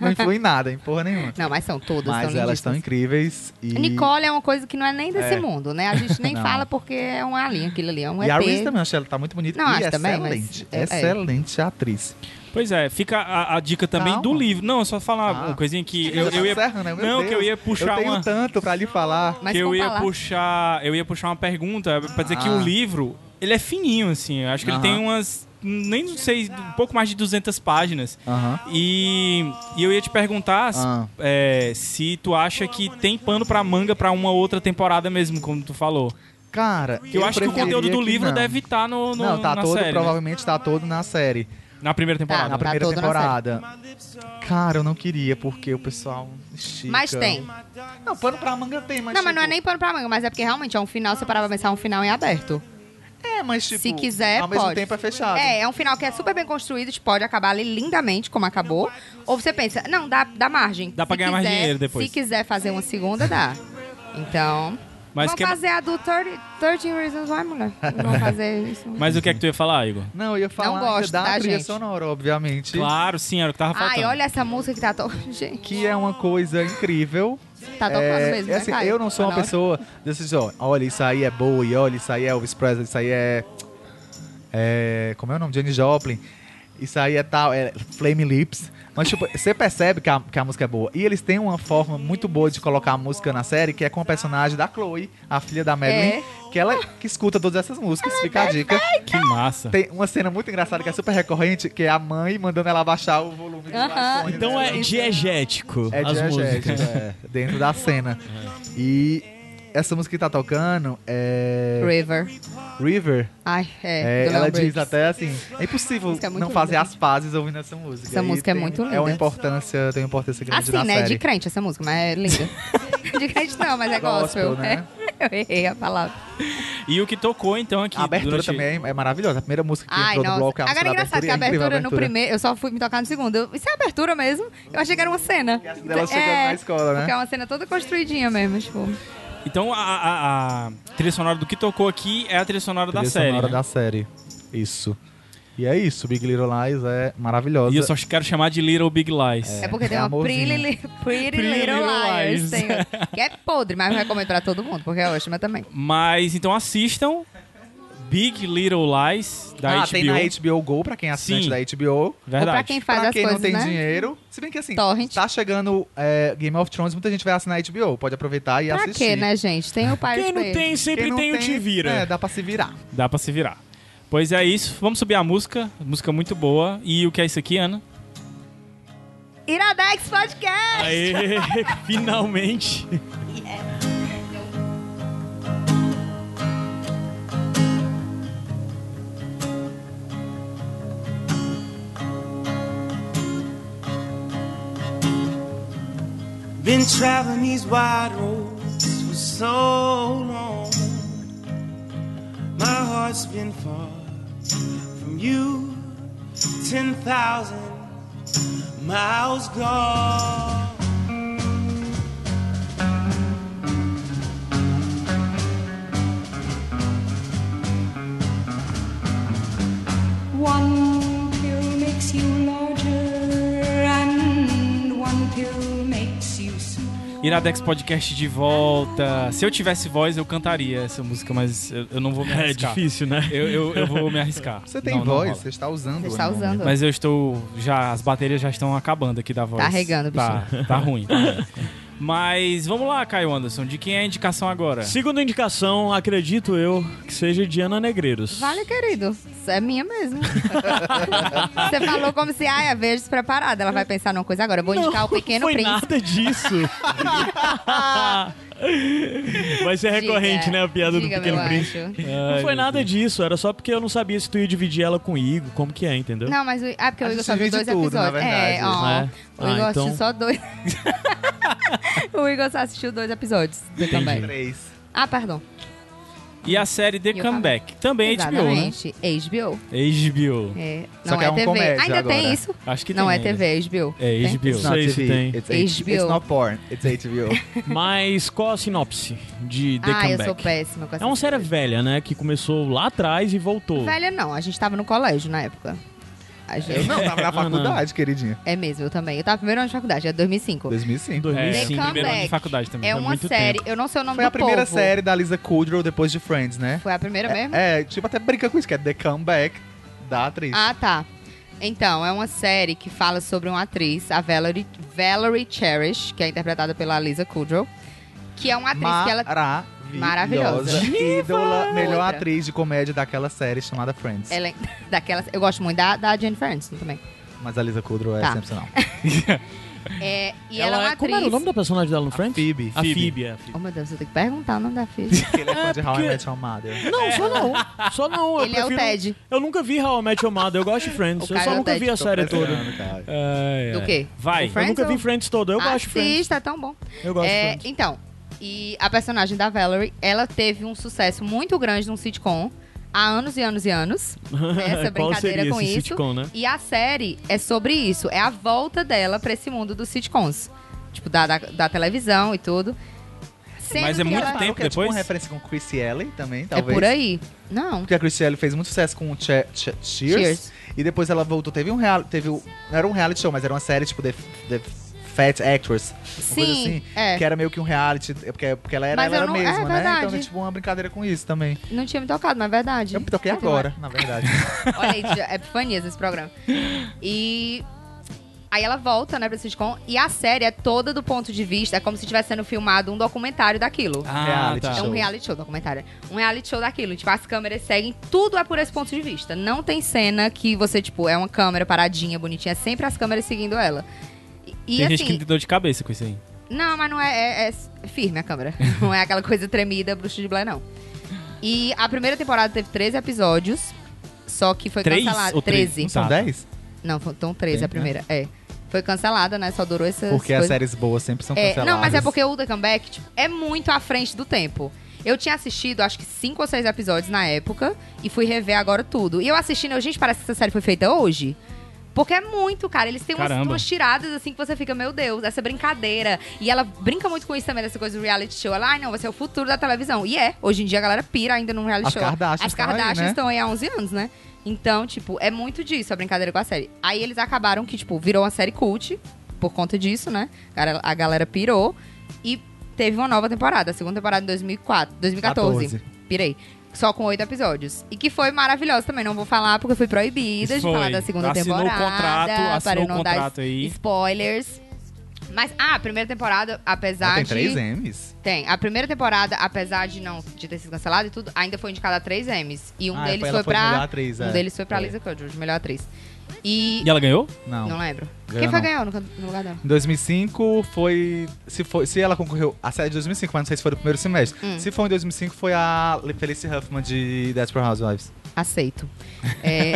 Speaker 4: Não influi em nada, em porra nenhuma.
Speaker 5: Não, mas são todas,
Speaker 4: mas
Speaker 5: são
Speaker 4: elas estão
Speaker 5: lindíssimas.
Speaker 4: incríveis. E,
Speaker 5: Nicole é uma coisa que não é nem desse
Speaker 4: É.
Speaker 5: mundo, né? A gente
Speaker 4: *laughs*
Speaker 5: nem
Speaker 4: Não.
Speaker 5: fala porque é um alien aquilo ali, é um
Speaker 4: e a
Speaker 5: ET.
Speaker 4: Reese também, eu achei ela tá muito bonita.
Speaker 5: Não,
Speaker 4: e
Speaker 5: acho também, mas-
Speaker 4: excelente.
Speaker 5: é.
Speaker 4: Excelente atriz.
Speaker 2: Pois é, fica a, a dica também do
Speaker 4: Calma.
Speaker 2: livro. Não, é só falar
Speaker 4: Ah.
Speaker 2: uma coisinha que eu, eu ia.
Speaker 4: Serra, né? Meu
Speaker 2: Não, que eu
Speaker 4: Deus,
Speaker 2: ia puxar
Speaker 4: Eu tenho
Speaker 2: uma.
Speaker 4: tanto pra lhe falar.
Speaker 5: Mas
Speaker 2: que eu
Speaker 5: vamos
Speaker 2: ia
Speaker 5: falar.
Speaker 2: puxar, eu ia puxar uma pergunta pra dizer que
Speaker 4: Ah.
Speaker 2: o livro, ele é fininho assim, eu acho que ele
Speaker 4: Aham.
Speaker 2: tem umas nem sei, um pouco mais de 200 páginas.
Speaker 4: Aham.
Speaker 2: E, e eu ia te perguntar
Speaker 4: Ah.
Speaker 2: é, se tu acha que tem pano pra manga pra uma outra temporada mesmo, como tu falou.
Speaker 4: Cara,
Speaker 2: Que eu, acho que o conteúdo do
Speaker 4: preferia que
Speaker 2: livro
Speaker 4: não.
Speaker 2: deve estar no, no-
Speaker 4: Não, tá
Speaker 2: na
Speaker 4: todo,
Speaker 2: série, né?
Speaker 4: provavelmente tá todo na série.
Speaker 2: na primeira temporada.
Speaker 4: na
Speaker 5: tá
Speaker 4: primeira
Speaker 5: todo na
Speaker 4: temporada. Cara, eu não queria, porque o pessoal. estica.
Speaker 5: Mas tem.
Speaker 4: Não, pano pra manga tem, mas.
Speaker 5: Não, mas
Speaker 4: tipo-
Speaker 5: não é nem pano pra manga, mas é porque realmente é um final, você parar pra pensar, é um final em aberto.
Speaker 4: É, mas tipo.
Speaker 5: Se quiser,
Speaker 4: Ao mesmo
Speaker 5: pode.
Speaker 4: tempo é fechado.
Speaker 5: É, é um final que é super bem construído, tipo, pode acabar ali lindamente, como acabou. Ou você pensa, não, dá, dá margem.
Speaker 2: Dá pra
Speaker 5: Se
Speaker 2: ganhar mais
Speaker 5: quiser-
Speaker 2: dinheiro depois.
Speaker 5: Se quiser fazer uma segunda, dá. Então,
Speaker 2: Mas,
Speaker 5: vamos
Speaker 2: que-
Speaker 5: fazer a do 30, 13 Reasons Why, mulher.
Speaker 4: *laughs*
Speaker 5: Vamos fazer isso.
Speaker 2: mas o que é que tu ia falar, Igor?
Speaker 4: Não, eu ia falar ainda
Speaker 5: gosto,
Speaker 4: da
Speaker 5: tá,
Speaker 4: trilha
Speaker 5: gente?
Speaker 4: sonora, obviamente.
Speaker 2: Claro, sim, era o que tava faltando.
Speaker 5: Ai, Ah, olha essa música que tá tocando. *laughs* Gente,
Speaker 4: Que é uma coisa incrível.
Speaker 5: tá tocando
Speaker 4: É,
Speaker 5: mesmo,
Speaker 4: é
Speaker 5: né,
Speaker 4: assim,
Speaker 5: Caio?
Speaker 4: eu não sou
Speaker 5: Tá
Speaker 4: uma
Speaker 5: na hora.
Speaker 4: pessoa desses, ó, olha, isso aí é Bowie, olha, isso aí é Elvis Presley, isso aí é. é, como é o nome? Jenny Joplin. Isso aí é tal, é Flame Lips. Mas, tipo, você percebe que a, que a música é boa. E eles têm uma forma muito boa de colocar a música na série, que é com a personagem da Chloe, a filha da Madeline,
Speaker 5: É.
Speaker 4: que ela que escuta todas essas músicas, fica a dica.
Speaker 2: Que massa.
Speaker 4: Tem uma cena muito engraçada que é super recorrente, que é a mãe mandando ela baixar o volume do
Speaker 5: Aham.
Speaker 4: iPhone né?
Speaker 3: Então
Speaker 4: dela.
Speaker 3: é diegético
Speaker 4: É
Speaker 3: as
Speaker 4: diegético,
Speaker 3: músicas.
Speaker 4: é, dentro da cena. E essa música que tá tocando é
Speaker 5: River.
Speaker 4: River.
Speaker 5: Ai, é.
Speaker 4: É,
Speaker 5: do
Speaker 4: ela
Speaker 5: Leon
Speaker 4: diz
Speaker 5: Bridges.
Speaker 4: até assim, é impossível
Speaker 5: Música é muito
Speaker 4: não fazer
Speaker 5: linda,
Speaker 4: as pazes ouvindo essa música.
Speaker 5: Essa
Speaker 4: E
Speaker 5: música é
Speaker 4: tem-
Speaker 5: muito
Speaker 4: É uma
Speaker 5: linda.
Speaker 4: importância, tem uma importância grande
Speaker 5: Assim,
Speaker 4: na
Speaker 5: né?
Speaker 4: série.
Speaker 5: De crente essa música, mas é linda.
Speaker 4: *laughs*
Speaker 5: de crente não, mas é gospel.
Speaker 4: Gospel, né?
Speaker 5: É. *laughs* Eu errei a palavra.
Speaker 2: E o que tocou então aqui
Speaker 4: A abertura
Speaker 2: durante-
Speaker 4: também é- é maravilhosa. A primeira música que
Speaker 5: Ai,
Speaker 4: entrou no
Speaker 5: nossa.
Speaker 4: bloco é a música
Speaker 5: Agora é
Speaker 4: da
Speaker 5: engraçado
Speaker 4: abertura.
Speaker 5: que a
Speaker 4: é incrível
Speaker 5: abertura, no primeiro. Eu só fui me tocar no segundo. Eu- Isso é abertura mesmo? Eu achei que era uma cena.
Speaker 4: E assim dela chegando
Speaker 5: É,
Speaker 4: na escola, né?
Speaker 5: Porque é uma cena toda construidinha mesmo, tipo.
Speaker 2: Então a, a- a trilha sonora do que tocou aqui é a trilha sonora da
Speaker 4: Trilha
Speaker 2: série.
Speaker 4: sonora
Speaker 2: né?
Speaker 4: da série. Isso. E é isso, Big Little Lies é maravilhosa.
Speaker 2: E eu só quero chamar de Little Big Lies.
Speaker 5: É, porque
Speaker 4: é
Speaker 5: tem uma
Speaker 4: amorzinho. *laughs*
Speaker 5: Pretty, Li- Pretty Little Liars. tem- que é podre, mas eu recomendo pra todo mundo, porque é ótima também.
Speaker 2: Mas então assistam Big Little Lies da
Speaker 4: ah,
Speaker 2: HBO.
Speaker 4: tem na HBO Go, pra quem é assinante
Speaker 2: Sim.
Speaker 4: da HBO.
Speaker 5: Ou pra
Speaker 2: Verdade.
Speaker 5: quem faz
Speaker 4: pra
Speaker 5: as
Speaker 4: quem
Speaker 5: coisas,
Speaker 4: não tem
Speaker 5: né?
Speaker 4: dinheiro. Se bem que assim,
Speaker 5: Torrent.
Speaker 4: tá chegando é, Game of Thrones, muita gente vai assinar HBO, pode aproveitar e
Speaker 5: Pra
Speaker 4: assistir.
Speaker 5: quê, né, gente? Tem o pai
Speaker 3: Quem não tem, sempre
Speaker 4: Quem não
Speaker 3: tem, o Te Vira.
Speaker 4: É, dá pra se virar.
Speaker 2: um Dá pra se virar. Pois é isso. Vamos subir a música. Música muito boa. E o que é isso aqui, Ana?
Speaker 5: Iradex Podcast!
Speaker 3: Aê,
Speaker 2: *laughs*
Speaker 3: finalmente.
Speaker 6: Been traveling these wide roads for so long. My heart's been far from you, 10,000 miles gone.
Speaker 7: One pill makes you larger, and one pill makes you smaller.
Speaker 2: Iradex Podcast de volta. Se eu tivesse voz, eu cantaria essa música, mas eu, eu não vou me
Speaker 3: É
Speaker 2: arriscar.
Speaker 3: difícil, né?
Speaker 2: Eu, eu, eu vou me arriscar.
Speaker 4: Você tem
Speaker 2: Não, não
Speaker 4: voz,
Speaker 2: rola.
Speaker 4: você está usando.
Speaker 5: Você está
Speaker 4: né?
Speaker 5: usando.
Speaker 2: Mas eu estou. Já, as baterias já estão acabando aqui da voz.
Speaker 5: Tá regando,
Speaker 2: Tá, tá ruim. tá ruim. Mas vamos lá, Caio Anderson. De quem é a indicação agora?
Speaker 3: Segunda indicação, acredito eu, que seja de Ana Negreiros.
Speaker 5: Vale, querido. Isso é minha mesmo. Você falou como se, ai, a veja despreparada. Ela vai pensar numa coisa agora. Eu vou indicar o Pequeno
Speaker 3: foi
Speaker 5: Príncipe.
Speaker 3: nada
Speaker 5: *laughs*
Speaker 3: disso. Vai ser recorrente,
Speaker 5: Diga,
Speaker 3: né? A piada
Speaker 5: diga,
Speaker 3: do Pequeno
Speaker 5: meu
Speaker 3: Príncipe.
Speaker 5: anjo.
Speaker 3: Não foi nada disso, era só porque eu não sabia se tu ia dividir ela com o Igor, como que é, entendeu?
Speaker 5: Não, mas o... Ah, porque
Speaker 4: A
Speaker 5: o Igor
Speaker 4: gente
Speaker 5: só viu
Speaker 4: divide
Speaker 5: dois
Speaker 4: tudo, na
Speaker 5: episódios. é,
Speaker 4: verdade,
Speaker 5: ó.
Speaker 3: né?
Speaker 5: O
Speaker 3: Ah,
Speaker 5: Igor
Speaker 3: então-
Speaker 5: assistiu só dois. o Igor só assistiu dois episódios também.
Speaker 4: Três.
Speaker 5: Ah, perdão.
Speaker 2: E a série The
Speaker 5: E o
Speaker 2: Comeback. Também é
Speaker 3: né?
Speaker 5: Exatamente. HBO.
Speaker 2: HBO, né? HBO.
Speaker 5: É,
Speaker 4: Só
Speaker 5: não
Speaker 4: que
Speaker 5: é,
Speaker 4: é um
Speaker 5: TV.
Speaker 4: comédia
Speaker 5: Ainda tem
Speaker 4: agora.
Speaker 5: isso?
Speaker 2: Acho que
Speaker 5: não
Speaker 2: tem
Speaker 5: é
Speaker 2: ainda.
Speaker 5: TV, é HBO.
Speaker 2: É
Speaker 5: Tem?
Speaker 2: HBO.
Speaker 4: It's not
Speaker 3: sei se
Speaker 4: TV.
Speaker 3: tem.
Speaker 4: It's, H-
Speaker 5: HBO.
Speaker 4: it's not porn. It's HBO.
Speaker 3: Mas qual a sinopse de The
Speaker 5: Ah,
Speaker 3: Comeback?
Speaker 5: eu sou péssima com essa
Speaker 3: É uma série velha, né? Que começou lá atrás e voltou.
Speaker 5: Velha não, a gente tava no colégio na época. A
Speaker 4: Eu
Speaker 5: gente...
Speaker 4: não,
Speaker 3: *laughs* Ah,
Speaker 4: tava na faculdade, queridinha.
Speaker 5: É mesmo, eu também. Eu tava no primeiro ano de faculdade, é 2005.
Speaker 4: 2005.
Speaker 2: É,
Speaker 3: 2005.
Speaker 2: sim,
Speaker 5: Comeback.
Speaker 2: primeiro ano de faculdade também.
Speaker 5: É
Speaker 2: foi
Speaker 5: uma
Speaker 2: muito
Speaker 5: série,
Speaker 2: tempo.
Speaker 5: eu não sei o nome
Speaker 4: É. Foi
Speaker 5: do
Speaker 4: a primeira
Speaker 5: povo.
Speaker 4: série da Lisa Kudrow depois de Friends, né?
Speaker 5: Foi a primeira mesmo?
Speaker 4: É, é, tipo, até brinca com isso, que é The Comeback da atriz.
Speaker 5: Ah, tá. Então, é uma série que fala sobre uma atriz, a Valerie, Valerie Cherish, que é interpretada pela Lisa Kudrow, que é uma atriz que ela Maravilhosa.
Speaker 4: Maravilhosa. Ídola, melhor
Speaker 5: Outra.
Speaker 4: atriz de comédia daquela série chamada Friends.
Speaker 5: ela é *laughs* daquelas, eu gosto muito da, da Jennifer Aniston também.
Speaker 4: Mas a Lisa Kudrow é
Speaker 5: Tá.
Speaker 4: excepcional. *laughs*
Speaker 5: É, e ela, é uma
Speaker 3: Como era o
Speaker 5: atriz.
Speaker 3: nome da personagem dela no Friends?
Speaker 4: Phoebe.
Speaker 3: A Phoebe. é.
Speaker 5: Oh meu Deus, eu tenho que perguntar o nome da filha.
Speaker 4: Ele é fã de How I
Speaker 3: porque-
Speaker 4: Met Your
Speaker 2: *laughs*
Speaker 4: Mother.
Speaker 3: Não, só não. *laughs* Só É. não. eu
Speaker 5: Ele é o
Speaker 3: prefiro-
Speaker 5: Ted.
Speaker 3: Eu nunca vi How I Met Your Mother, eu gosto de Friends.
Speaker 5: O
Speaker 3: Eu
Speaker 5: cara é
Speaker 3: só
Speaker 5: o
Speaker 3: nunca
Speaker 5: Ted.
Speaker 3: vi a série toda.
Speaker 4: Impressionante, cara.
Speaker 2: É, é.
Speaker 5: Do quê?
Speaker 2: Vai.
Speaker 5: Do
Speaker 3: Eu
Speaker 5: Friends
Speaker 3: nunca vi
Speaker 5: ou-
Speaker 3: Friends toda, eu gosto de Friends.
Speaker 5: Assista, é tão bom.
Speaker 3: Eu gosto de
Speaker 5: É,
Speaker 3: Friends.
Speaker 5: então, e a personagem da Valerie, ela teve um sucesso muito grande num sitcom há anos e anos e anos. Essa
Speaker 3: *laughs* Qual
Speaker 5: brincadeira
Speaker 3: seria
Speaker 5: com
Speaker 3: esse
Speaker 5: isso.
Speaker 3: sitcom, né?
Speaker 5: E a série é sobre isso, é a volta dela pra esse mundo dos sitcoms. Tipo, da, da, da televisão e tudo. Sendo
Speaker 2: Mas é
Speaker 5: que
Speaker 2: muito
Speaker 5: ela-
Speaker 2: tempo
Speaker 4: que é tipo
Speaker 2: depois?
Speaker 4: uma referência com Chrissy Alley também,
Speaker 5: É
Speaker 4: talvez.
Speaker 5: por aí. Não.
Speaker 4: Porque a Chrissy Alley fez muito sucesso com o Che- Che- Cheers,
Speaker 5: Cheers.
Speaker 4: E depois ela voltou. Teve um reality. Teve um, não era um reality show, mas era uma série tipo The, The Fat Actress. Uma coisa
Speaker 5: Sim,
Speaker 4: assim.
Speaker 5: é.
Speaker 4: Que era meio que um reality. Porque, porque ela era
Speaker 5: Mas
Speaker 4: ela
Speaker 5: eu não- é
Speaker 4: mesma, né? Então
Speaker 5: verdade.
Speaker 4: é tipo uma brincadeira com isso também.
Speaker 5: Não tinha me tocado, mas é verdade.
Speaker 4: Eu me toquei
Speaker 5: Você tem uma-
Speaker 4: agora,
Speaker 2: *laughs*
Speaker 4: na verdade.
Speaker 5: Olha aí, já- é epifanias esse programa. E aí ela volta, né, pra sitcom. E a série é toda do ponto de vista, é como se estivesse sendo filmado um documentário daquilo.
Speaker 2: Ah,
Speaker 4: Reality
Speaker 2: tá.
Speaker 5: É um
Speaker 4: show.
Speaker 5: reality show, documentário. Um reality show daquilo. Tipo, as câmeras seguem, tudo é por esse ponto de vista. Não tem cena que você, tipo, é uma câmera paradinha, bonitinha. É sempre as câmeras seguindo ela. E, e
Speaker 2: Tem
Speaker 5: assim,
Speaker 2: gente que tem dor de cabeça com isso aí.
Speaker 5: não, mas não é, é- é firme a câmera. *laughs* não é aquela coisa tremida, bruxo de Blair, não. E a primeira temporada teve 13 episódios, só que foi
Speaker 2: Três
Speaker 5: cancelada.
Speaker 2: ou três?
Speaker 5: 13.
Speaker 2: Não
Speaker 4: São
Speaker 2: Tá.
Speaker 4: 10?
Speaker 5: Não, foram 13 a primeira. É. Foi cancelada, né? Só durou essas
Speaker 4: Porque as
Speaker 5: coisas.
Speaker 4: séries boas sempre são
Speaker 5: É,
Speaker 4: canceladas.
Speaker 5: não, mas é porque o The Comeback tipo, é muito à frente do tempo. Eu tinha assistido, acho que cinco ou seis episódios na época e fui rever agora tudo. E eu assistindo, eu, gente, parece que essa série foi feita hoje. Porque é muito, cara. Eles têm umas,
Speaker 2: Caramba.
Speaker 5: umas tiradas assim que você fica, meu Deus, essa brincadeira. E ela brinca muito com isso também, dessa coisa do reality show. Ela, ai não, vai ser o futuro da televisão. E é, hoje em dia a galera pira ainda num reality
Speaker 4: As
Speaker 5: show.
Speaker 4: Kardashians
Speaker 5: As
Speaker 4: estão aí,
Speaker 5: Kardashians
Speaker 4: né?
Speaker 5: estão aí há 11 anos, né? Então, tipo, é muito disso a brincadeira com a série. Aí eles acabaram que, tipo, virou uma série cult por conta disso, né? Cara, A galera pirou e teve uma nova temporada, a segunda temporada em 2004, 2014.
Speaker 4: 14.
Speaker 5: Pirei. Só com oito episódios. E que foi maravilhosa também. Não vou falar porque eu fui proibida de
Speaker 2: Foi.
Speaker 5: falar da segunda
Speaker 2: Assinou o
Speaker 5: temporada.
Speaker 2: contrato,
Speaker 5: para
Speaker 2: assinou
Speaker 5: eu
Speaker 2: o
Speaker 5: não
Speaker 2: contrato
Speaker 5: dar
Speaker 2: aí.
Speaker 5: spoilers. Mas, ah, a primeira temporada, apesar
Speaker 4: Mas tem
Speaker 5: de.
Speaker 4: três M's?
Speaker 5: Tem. A primeira temporada, apesar de não de ter sido cancelada e tudo, ainda foi indicada a três M's. E um
Speaker 4: Ah,
Speaker 5: deles
Speaker 4: ela
Speaker 5: foi,
Speaker 4: foi
Speaker 5: pra.
Speaker 4: melhor atriz,
Speaker 5: um
Speaker 4: é.
Speaker 5: deles foi pra
Speaker 4: Foi.
Speaker 5: Lisa Kudrow, de melhor atriz. E.
Speaker 2: E ela ganhou?
Speaker 4: Não.
Speaker 5: não. lembro.
Speaker 4: Ganhou
Speaker 5: Quem foi
Speaker 4: não.
Speaker 5: ganhou no, can- no lugar dela?
Speaker 4: Em 2005 foi se, foi. se ela concorreu. A série de 2005, mas não sei se foi do primeiro semestre. Se foi em 2005, foi a Felice Huffman de Desperate Housewives.
Speaker 5: Aceito.
Speaker 2: *laughs*
Speaker 5: É...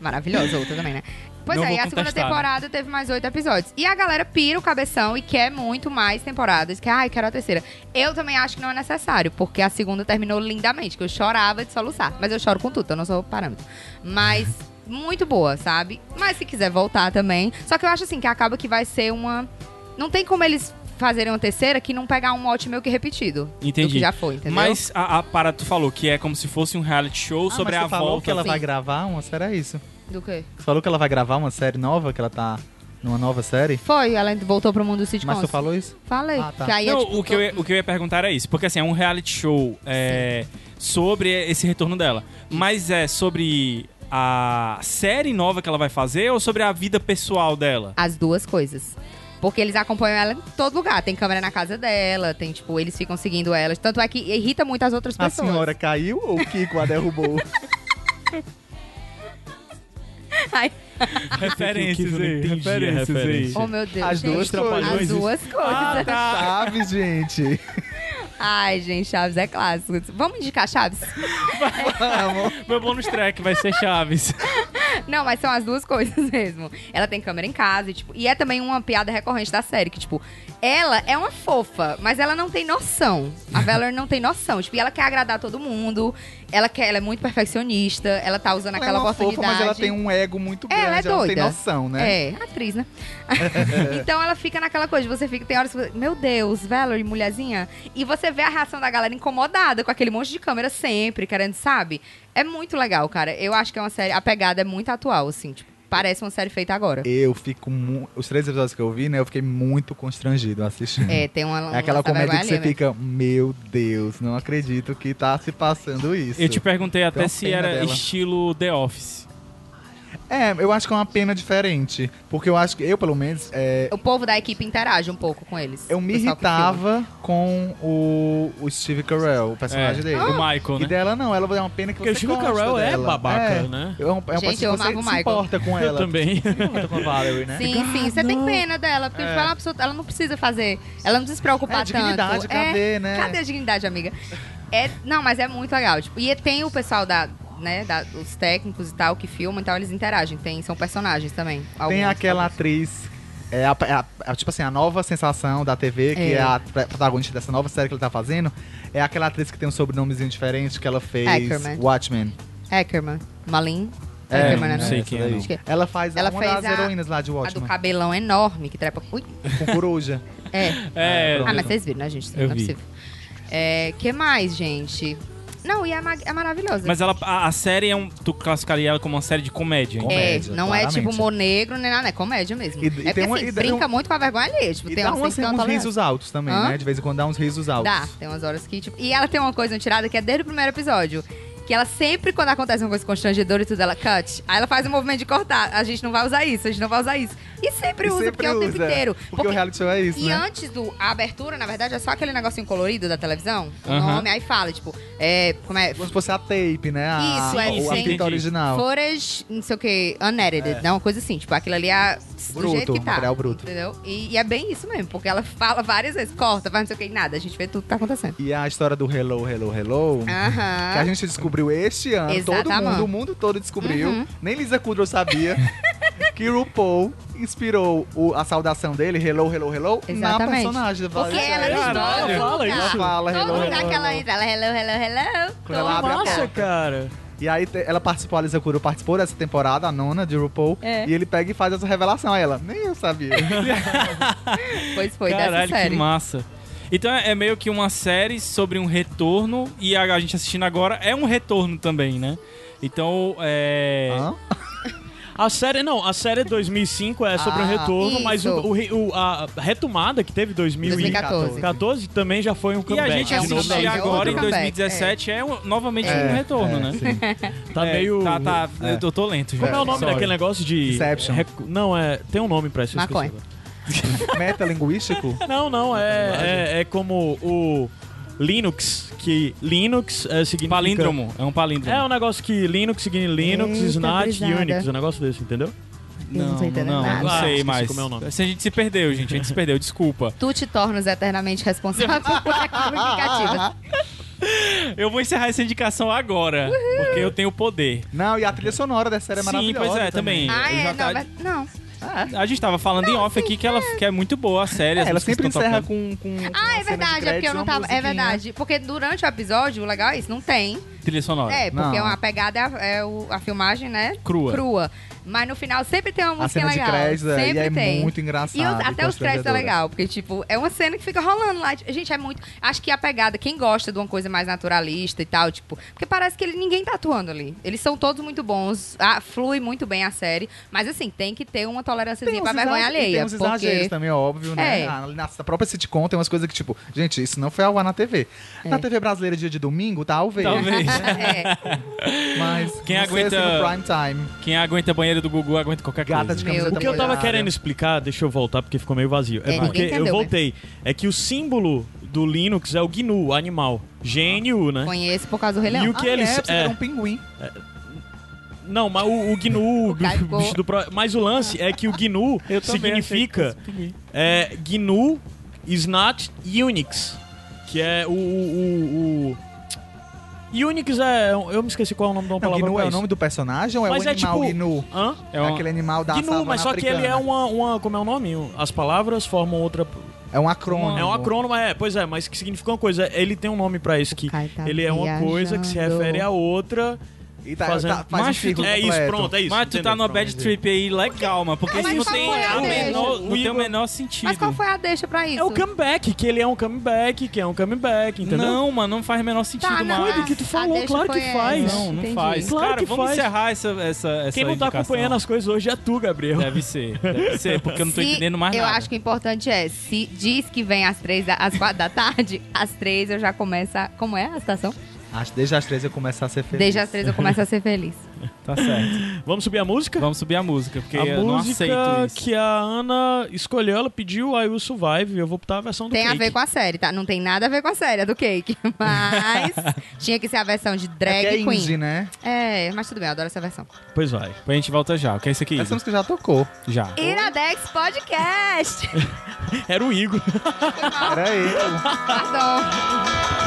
Speaker 5: Maravilhosa outra também, né? Pois
Speaker 2: Não
Speaker 5: é,
Speaker 2: vou
Speaker 5: e a segunda
Speaker 2: contestar, né?
Speaker 5: temporada teve mais oito episódios. E a galera pira o cabeção e quer muito mais temporadas. Quer, ai, quero a terceira. Eu também acho que não é necessário, porque
Speaker 2: *laughs*
Speaker 5: então a segunda terminou lindamente, que eu chorava de soluçar. Mas eu choro com tudo, eu não sou parâmetro. Mas muito boa, sabe? Mas se quiser voltar também. Só que eu acho assim que acaba que vai ser uma. Não tem como eles fazerem uma terceira que não pegar um mote meio que repetido. Do
Speaker 2: Entendi.
Speaker 5: que já foi, entendeu?
Speaker 2: Mas a, a parada tu falou que é como se fosse um reality show
Speaker 5: Ah,
Speaker 2: sobre
Speaker 4: Ah,
Speaker 2: a
Speaker 4: mas você falou
Speaker 2: volta.
Speaker 4: que ela
Speaker 5: Sim.
Speaker 4: vai gravar uma série, é isso?
Speaker 5: Do quê?
Speaker 4: Você falou que ela vai gravar uma série nova, que ela tá numa nova série?
Speaker 5: Foi, ela voltou pro mundo do sitcoms.
Speaker 4: Mas você falou isso?
Speaker 5: Falei.
Speaker 4: Ah, tá.
Speaker 5: que aí é,
Speaker 2: Não,
Speaker 5: tipo,
Speaker 2: o, que eu ia, o que eu ia perguntar era isso, porque assim, é um reality show é, sobre esse retorno dela. Mas é sobre a série nova que ela vai fazer ou sobre a vida pessoal dela?
Speaker 5: As duas coisas. Porque eles acompanham ela em todo lugar. Tem câmera na casa dela, tem, tipo, eles ficam seguindo ela. Tanto é que irrita muito as outras
Speaker 4: A
Speaker 5: pessoas. *laughs*
Speaker 4: senhora caiu ou o Kiko a *laughs* derrubou?
Speaker 5: Ai,
Speaker 2: *laughs* Referências
Speaker 3: eu não
Speaker 2: aí,
Speaker 3: entendi a
Speaker 2: referências aí.
Speaker 3: referência.
Speaker 5: oh, meu Deus.
Speaker 4: As duas
Speaker 5: gente.
Speaker 4: trapalhões.
Speaker 5: As duas coisas.
Speaker 2: Ah, tá.
Speaker 4: Chaves, gente.
Speaker 5: Ai, gente, Chaves é clássico. Vamos indicar Chaves?
Speaker 4: Vamos.
Speaker 2: Meu bônus track vai ser Chaves.
Speaker 5: *laughs* Não, mas são as duas coisas *laughs* mesmo. Ela tem câmera em casa e, tipo, e é também uma piada recorrente da série, que, tipo, ela é uma fofa, mas ela não tem noção. A Valor não tem noção. Tipo, e ela quer agradar todo mundo, ela, quer, ela é muito perfeccionista, ela tá usando aquela
Speaker 4: ela é uma
Speaker 5: oportunidade.
Speaker 4: fofa, mas ela tem um ego muito grande.
Speaker 5: Ela
Speaker 4: não
Speaker 5: é
Speaker 4: tem
Speaker 5: doida.
Speaker 4: noção, né?
Speaker 5: É, atriz, né? *laughs* então ela fica naquela coisa, você fica, tem horas que você, meu Deus, Valerie, mulherzinha. E você vê a reação da galera incomodada com aquele monte de câmera sempre, querendo, sabe? É muito legal, cara. Eu acho que é uma série, a pegada é muito atual, assim, tipo, parece uma série feita agora.
Speaker 4: Eu fico mu- Os três episódios que eu vi, né? Eu fiquei muito constrangido assistindo.
Speaker 5: É, tem uma...
Speaker 4: É aquela
Speaker 5: uma
Speaker 4: comédia
Speaker 5: vergonha
Speaker 4: que você
Speaker 5: alheia
Speaker 4: fica, meu Deus, não acredito que tá se passando isso.
Speaker 2: Eu te
Speaker 3: tipo,
Speaker 2: perguntei até
Speaker 4: uma
Speaker 2: se
Speaker 4: pena
Speaker 2: era
Speaker 4: dela.
Speaker 2: estilo The Office.
Speaker 4: É, eu acho que é uma pena diferente. Porque eu acho que, eu pelo menos, é,
Speaker 5: mesmo. né? O povo da equipe interage um pouco com eles.
Speaker 4: eu me
Speaker 5: o pessoal tá que
Speaker 4: irritava com o, o Steve Carell, o personagem
Speaker 2: É,
Speaker 4: dele.
Speaker 5: Ah!
Speaker 2: O Michael,
Speaker 4: E
Speaker 2: né?
Speaker 4: dela não, ela é uma pena que
Speaker 3: Porque
Speaker 4: você
Speaker 3: o Steve
Speaker 4: gosta
Speaker 3: Carell é
Speaker 4: dela.
Speaker 3: babaca,
Speaker 4: É.
Speaker 3: né?
Speaker 4: É uma, é uma pessoa
Speaker 5: Gente, eu
Speaker 4: que você
Speaker 5: amava o
Speaker 4: se
Speaker 5: Michael.
Speaker 4: importa com
Speaker 3: Eu
Speaker 4: ela.
Speaker 3: também.
Speaker 4: Se importa com a Valerie, né?
Speaker 5: filma. Sim, sim, você tem pena dela, porque tipo, ela, é uma pessoa- ela não precisa fazer, ela não precisa se preocupar
Speaker 4: É, dignidade,
Speaker 5: tanto. É,
Speaker 4: cadê, né?
Speaker 5: Cadê a dignidade, amiga? É, não, mas é muito legal. Tipo, e tem o pessoal da, né, da- os técnicos e tal que filmam, então eles interagem. Tem, são personagens também.
Speaker 4: Tem
Speaker 5: alguns,
Speaker 4: aquela
Speaker 5: talvez.
Speaker 4: atriz. É a, é a- é, tipo assim, a nova sensação da TV, que
Speaker 5: É.
Speaker 4: é, a tra- protagonista dessa nova série que ele tá fazendo, é aquela atriz que tem um sobrenomezinho diferente que ela fez
Speaker 5: Ackerman.
Speaker 4: Watchmen.
Speaker 5: Ackerman. Malin.
Speaker 4: É,
Speaker 5: Ackerman,
Speaker 2: não
Speaker 5: né?
Speaker 2: sei
Speaker 4: Essa
Speaker 2: quem é,
Speaker 4: daí.
Speaker 2: não.
Speaker 5: Acho que-
Speaker 4: Ela faz
Speaker 5: Ela
Speaker 4: uma
Speaker 5: fez
Speaker 4: das
Speaker 5: a-
Speaker 4: heroínas lá de
Speaker 5: A do
Speaker 4: Watchmen,
Speaker 5: cabelão enorme que trepa. Ui,
Speaker 4: com coruja.
Speaker 5: é.
Speaker 2: É,
Speaker 5: *laughs* Ah, mas vocês viram, né, gente? Não
Speaker 2: Eu
Speaker 5: é
Speaker 2: vi.
Speaker 5: possível. É, que mais, gente? Não, e é, ma- é maravilhosa.
Speaker 2: mas ela, a, a série é um. Tu classificaria ela como uma série de comédia, hein?
Speaker 5: é,
Speaker 4: comédia,
Speaker 5: não é
Speaker 4: claramente.
Speaker 5: tipo humor negro nem nada, é comédia mesmo.
Speaker 4: E- e
Speaker 5: é porque
Speaker 4: tem uma-
Speaker 5: assim,
Speaker 4: e dá-
Speaker 5: brinca muito com a vergonha alheia. Tipo,
Speaker 4: E
Speaker 5: tem
Speaker 4: dá
Speaker 5: umas
Speaker 4: umas-
Speaker 5: cenas que não
Speaker 4: uns
Speaker 5: tá
Speaker 4: risos altos também,
Speaker 5: Hã?
Speaker 4: né? De vez em quando dá uns risos altos.
Speaker 5: Dá, tem umas horas que, tipo. E ela tem uma coisa, uma tirada que é desde o primeiro episódio. Que ela sempre, quando acontece uma coisa constrangedora e tudo, ela cut. Aí ela faz um movimento de cortar. A gente não vai usar isso, a gente não vai usar isso. E sempre
Speaker 4: E
Speaker 5: usa, porque é o tempo
Speaker 4: usa,
Speaker 5: inteiro.
Speaker 4: Porque,
Speaker 5: Porque-
Speaker 4: o reality show é isso,
Speaker 5: e
Speaker 4: né?
Speaker 5: antes do. A abertura, na verdade, é só aquele negocinho colorido da televisão. O
Speaker 2: Aham.
Speaker 5: nome, aí fala, tipo, é. Como é?
Speaker 4: Como se fosse a tape, né? A,
Speaker 5: Isso, é,
Speaker 4: o- a
Speaker 5: sim.
Speaker 4: fita original.
Speaker 5: Footage, não sei o que, unedited, né? Uma coisa assim, tipo, aquilo ali é do
Speaker 4: É. Bruto,
Speaker 5: jeito que tá.
Speaker 4: material bruto.
Speaker 5: Entendeu? E, e é bem isso mesmo, porque ela fala várias vezes, corta, vai não sei o que, nada. A gente vê tudo que tá acontecendo.
Speaker 4: E a história do Hello, Hello, Hello.
Speaker 5: Ah.
Speaker 4: Que a
Speaker 5: Aham.
Speaker 4: gente descobriu este ano, todo
Speaker 5: Exatamente.
Speaker 4: mundo, o mundo todo descobriu.
Speaker 5: Uhum.
Speaker 4: Nem Lisa Kudrow
Speaker 5: *laughs*
Speaker 4: sabia que RuPaul inspirou o- a saudação dele, Hello, Hello, Hello, na
Speaker 5: Exatamente.
Speaker 4: personagem. da
Speaker 5: Porque ela
Speaker 4: Valerie.
Speaker 5: mistura.
Speaker 3: Caralho,
Speaker 5: tudo,
Speaker 3: fala
Speaker 5: cara.
Speaker 3: isso.
Speaker 4: Ela fala
Speaker 5: né? Todo
Speaker 4: Hello,
Speaker 5: lugar
Speaker 4: Hello,
Speaker 5: que ela
Speaker 4: Hello.
Speaker 5: entra, ela hello, hello, hello.
Speaker 4: Quando ela
Speaker 5: todo
Speaker 4: abre a
Speaker 5: lugar.
Speaker 3: Massa, cara.
Speaker 4: E aí te- ela participou, a Lisa Kudrow participou dessa temporada, a nona de RuPaul.
Speaker 5: É.
Speaker 4: E ele pega e faz essa revelação a ela. Nem eu
Speaker 5: *laughs*
Speaker 4: sabia.
Speaker 5: Pois foi,
Speaker 2: Caralho,
Speaker 5: dessa série.
Speaker 2: que massa. Então é é meio que uma série sobre um retorno e a a gente assistindo agora é um retorno também, né? Então, é...
Speaker 3: Ah,
Speaker 4: Hã?
Speaker 3: A série, não, a série 2005 é sobre o
Speaker 4: Ah,
Speaker 3: retorno, mas o,
Speaker 5: isso.
Speaker 3: o re- o- a retomada que teve em 2014
Speaker 5: 2014.
Speaker 3: 14 também já foi um
Speaker 2: E a
Speaker 3: comeback.
Speaker 2: gente
Speaker 5: É um
Speaker 3: de novo,
Speaker 2: assistir
Speaker 5: comeback, é outro
Speaker 2: agora em
Speaker 5: comeback,
Speaker 2: 2017 é, um- novamente
Speaker 4: É,
Speaker 2: um retorno,
Speaker 4: é,
Speaker 2: né?
Speaker 4: sim.
Speaker 3: Tá
Speaker 2: É,
Speaker 3: meio...
Speaker 2: Tá, tá, eu tô lento já.
Speaker 3: Como é o nome
Speaker 2: Sorry.
Speaker 3: daquele negócio de...
Speaker 4: Inception.
Speaker 3: Rec- Não, é... Tem um nome pra isso. eu esqueci
Speaker 5: Maconha.
Speaker 3: agora.
Speaker 4: Metalinguístico?
Speaker 3: Não, não, é, é, é como o Linux, que Linux é, significa...
Speaker 2: Palíndromo, é um palíndromo.
Speaker 3: É um negócio que Linux significa Linux,
Speaker 5: Eita,
Speaker 3: Snat,
Speaker 5: é brisada.
Speaker 3: Unix, um negócio desse, entendeu?
Speaker 5: não
Speaker 2: não,
Speaker 5: tô entendendo
Speaker 2: não,
Speaker 5: nada.
Speaker 2: não
Speaker 3: Ah,
Speaker 2: sei
Speaker 3: esqueci
Speaker 2: mais.
Speaker 3: como é o nome.
Speaker 2: Se a gente se perdeu, gente, a gente se perdeu, desculpa.
Speaker 5: Tu te tornas eternamente responsável por aquilo que cativa.
Speaker 4: *laughs*
Speaker 2: Eu vou encerrar essa indicação agora, porque eu tenho poder.
Speaker 4: Não, e a trilha sonora dessa série é
Speaker 2: Sim,
Speaker 4: maravilhosa.
Speaker 2: pois é, também.
Speaker 5: Ah,
Speaker 2: Eu já
Speaker 5: é?
Speaker 2: tá-
Speaker 5: Não, mas- não.
Speaker 2: A gente tava falando em off aqui que ela que é muito boa a série. as
Speaker 4: ela
Speaker 2: músicas
Speaker 4: sempre
Speaker 2: que tão
Speaker 4: encerra
Speaker 2: tocando.
Speaker 4: com, com.
Speaker 5: Ah, é verdade, é porque eu não tava. É verdade. Porque durante o episódio, o legal é isso, não tem.
Speaker 2: trilha sonora.
Speaker 5: É, porque
Speaker 4: Não.
Speaker 5: a pegada é a, é o- a filmagem, né?
Speaker 2: Crua.
Speaker 5: Mas no final sempre tem uma
Speaker 4: A
Speaker 5: música
Speaker 4: cena de
Speaker 5: legal.
Speaker 4: crédito é- e
Speaker 5: sempre
Speaker 4: é
Speaker 5: tem.
Speaker 4: muito engraçado.
Speaker 5: E os-
Speaker 4: e
Speaker 5: até os créditos é
Speaker 4: constrangedora.
Speaker 5: legal, porque, tipo, é uma cena que fica rolando lá. Gente, é muito. Acho que a pegada, quem gosta de uma coisa mais naturalista e tal, tipo. Porque parece que ele, ninguém tá atuando ali. Eles são todos muito bons, ah, flui muito bem a série. Mas, assim, tem que ter uma tolerânciazinha
Speaker 4: uns
Speaker 5: pra vergonha
Speaker 4: exa- e
Speaker 5: alheia.
Speaker 4: Tem uns exageros
Speaker 5: porque...
Speaker 4: também, é óbvio, né?
Speaker 5: É.
Speaker 4: Ah, Na, na própria sitcom tem umas coisas que, tipo, gente, isso não foi ao ar na TV. Na
Speaker 5: É.
Speaker 4: TV brasileira, dia de domingo, talvez.
Speaker 2: Talvez.
Speaker 3: né?
Speaker 5: *laughs* É,
Speaker 4: *laughs* Mas
Speaker 2: Quem
Speaker 4: não
Speaker 2: aguenta-
Speaker 4: Sei, assim, no prime time.
Speaker 2: Quem aguenta banheiro do Gugu aguenta qualquer
Speaker 4: Gata
Speaker 2: coisa. né?
Speaker 4: de
Speaker 5: Meu
Speaker 4: camiseta
Speaker 5: Deus.
Speaker 3: O que eu tava
Speaker 4: molhada.
Speaker 3: querendo explicar, deixa eu voltar porque ficou meio vazio.
Speaker 5: É,
Speaker 3: É,
Speaker 5: ninguém
Speaker 3: porque
Speaker 5: entendeu,
Speaker 3: eu voltei. É que o símbolo do Linux é o GNU, animal. GNU, né?
Speaker 5: É, conheço por causa do Rei
Speaker 3: E
Speaker 5: Leão.
Speaker 3: o que
Speaker 4: ah,
Speaker 3: eles-
Speaker 4: É, porque
Speaker 3: é.
Speaker 4: era um pinguim.
Speaker 3: Não, mas o, o GNU,
Speaker 5: *laughs* O
Speaker 3: do-
Speaker 5: Caio ficou-
Speaker 3: *laughs* bicho do pro- mas o lance é que o GNU
Speaker 2: Eu também achei que
Speaker 3: significa
Speaker 2: fosse pinguim.
Speaker 3: é, GNU is not Unix, que é o, o, o- o- Unix é, eu me esqueci qual é o nome de uma
Speaker 4: Não,
Speaker 3: palavra.
Speaker 4: Gnu
Speaker 3: pra
Speaker 4: é o
Speaker 3: isso.
Speaker 4: nome do personagem ou é
Speaker 3: Mas
Speaker 4: o
Speaker 3: é
Speaker 4: animal
Speaker 3: tipo-
Speaker 4: Gnu?
Speaker 3: Hã?
Speaker 2: É um-
Speaker 4: Aquele animal da
Speaker 3: GNU,
Speaker 4: savana
Speaker 3: mas só que
Speaker 4: africana.
Speaker 3: ele é uma, uma, como é o nome? As palavras formam outra,
Speaker 4: É um acrônimo.
Speaker 3: É um acrônomo, é, pois é, mas que significa uma coisa. Ele tem um nome pra isso que
Speaker 5: Caio tá
Speaker 3: ele é uma coisa que se
Speaker 5: viajando.
Speaker 3: refere a outra.
Speaker 4: E tá,
Speaker 3: fazendo-
Speaker 4: tá, faz um
Speaker 2: Macho,
Speaker 4: círculo
Speaker 3: É isso,
Speaker 4: completo.
Speaker 3: pronto, é isso.
Speaker 2: Mas tu tá
Speaker 3: entendeu?
Speaker 2: numa bad
Speaker 3: Pronto.
Speaker 2: trip aí legal, mano. Porque
Speaker 5: Mas
Speaker 2: isso não
Speaker 5: qual
Speaker 2: tem
Speaker 5: foi a
Speaker 2: o
Speaker 5: deixa?
Speaker 2: menor, não
Speaker 3: O
Speaker 2: tem o
Speaker 3: Igor-
Speaker 2: menor sentido.
Speaker 5: Mas qual foi a deixa pra isso?
Speaker 3: É o comeback, que ele é um comeback, que é um comeback, entendeu?
Speaker 2: Não, mano, não faz o menor sentido
Speaker 5: Tá, não,
Speaker 2: mais.
Speaker 5: a-
Speaker 3: que tu
Speaker 5: a
Speaker 3: falou,
Speaker 5: deixa
Speaker 3: claro
Speaker 5: foi
Speaker 3: que
Speaker 5: essa.
Speaker 3: faz.
Speaker 2: Não, não
Speaker 5: Entendi.
Speaker 2: faz.
Speaker 3: Claro
Speaker 2: Cara,
Speaker 3: que
Speaker 2: vamos
Speaker 3: faz.
Speaker 2: encerrar essa essa essa
Speaker 3: Quem não tá
Speaker 2: indicação.
Speaker 3: acompanhando as coisas hoje é tu, Gabriel.
Speaker 2: Deve ser, deve ser, porque eu não tô
Speaker 5: Se-
Speaker 2: entendendo mais
Speaker 5: eu
Speaker 2: nada.
Speaker 5: acho que o importante é, se diz que vem às três, da, às quatro da tarde, *laughs* às três eu já começo a... Como é a estação?
Speaker 4: Acho que desde as três eu começo a ser feliz. É
Speaker 5: Desde as três eu começo a ser feliz.
Speaker 2: Tá certo.
Speaker 3: Vamos subir a música?
Speaker 2: Vamos subir a música, porque
Speaker 3: a
Speaker 2: eu
Speaker 3: música
Speaker 2: não aceito isso.
Speaker 3: que a Ana escolheu, ela pediu I Will Survive, eu vou botar a versão do
Speaker 5: Tem a
Speaker 3: Cake.
Speaker 5: ver com a série, tá? Não tem nada a ver com a série, é do cake. *laughs* Mas tinha que ser a versão de
Speaker 4: É
Speaker 5: drag
Speaker 4: que é
Speaker 5: queen.
Speaker 4: indie, né?
Speaker 5: É, mas tudo bem, eu adoro essa versão.
Speaker 3: Pois vai.
Speaker 2: Depois A gente volta já. O que é isso aqui?
Speaker 4: Essa
Speaker 2: Igor?
Speaker 4: música já tocou.
Speaker 2: Já.
Speaker 5: Iradex Podcast! *laughs*
Speaker 3: Era o Igor.
Speaker 4: Era eu.
Speaker 5: Perdão.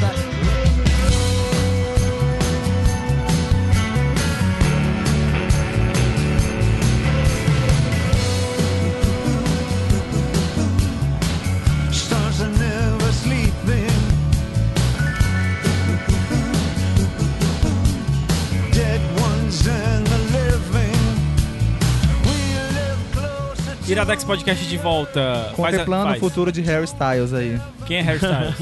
Speaker 8: that.
Speaker 6: Stars are never sleeping. Dead ones and the living. We live closer to
Speaker 2: Iradex Podcast de volta. Faz a-
Speaker 4: Contemplando
Speaker 2: faz.
Speaker 4: o futuro de Harry Styles aí.
Speaker 2: Quem é hairstyles?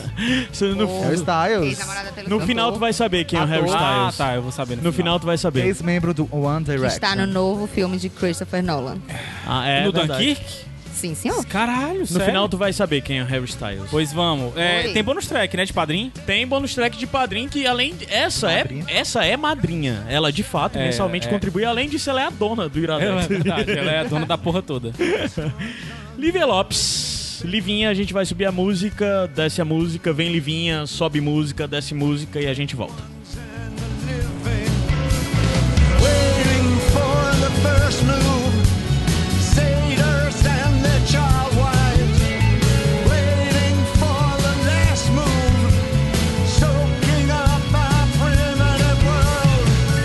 Speaker 3: Você no
Speaker 4: Harry Styles,
Speaker 5: Ex-namorada pelo
Speaker 3: no
Speaker 5: cantor,
Speaker 3: final tu vai saber quem é o Harry
Speaker 2: ah,
Speaker 3: Styles.
Speaker 2: tá. Eu vou saber no,
Speaker 3: No final tu vai saber.
Speaker 4: ex-membro do One
Speaker 5: que
Speaker 4: Direction.
Speaker 5: está no novo filme de Christopher Nolan.
Speaker 3: Ah, é
Speaker 2: No
Speaker 3: verdade.
Speaker 2: Dunkirk?
Speaker 5: Sim, senhor.
Speaker 2: Caralho,
Speaker 3: No final tu vai saber quem é o Harry Styles.
Speaker 2: Pois vamos. É,
Speaker 5: Oi.
Speaker 2: tem bônus track, né, de padrinho?
Speaker 3: Tem bônus track de padrinho que além de- essa
Speaker 4: Madrinha.
Speaker 3: é essa é madrinha. Ela de fato
Speaker 2: É,
Speaker 3: mensalmente
Speaker 2: é.
Speaker 3: contribui além disso ela é a dona do
Speaker 2: Ela é
Speaker 3: Iradex.
Speaker 2: verdade, ela é a dona da porra toda.
Speaker 3: *laughs* Lívia Lopes. Livinha, a gente vai subir a música, desce a música, vem Livinha, sobe música, desce música e a gente volta.
Speaker 6: living. Waiting for the first move. Satyrs and their child wives. Waiting for the last move. Soaking up our primitive world.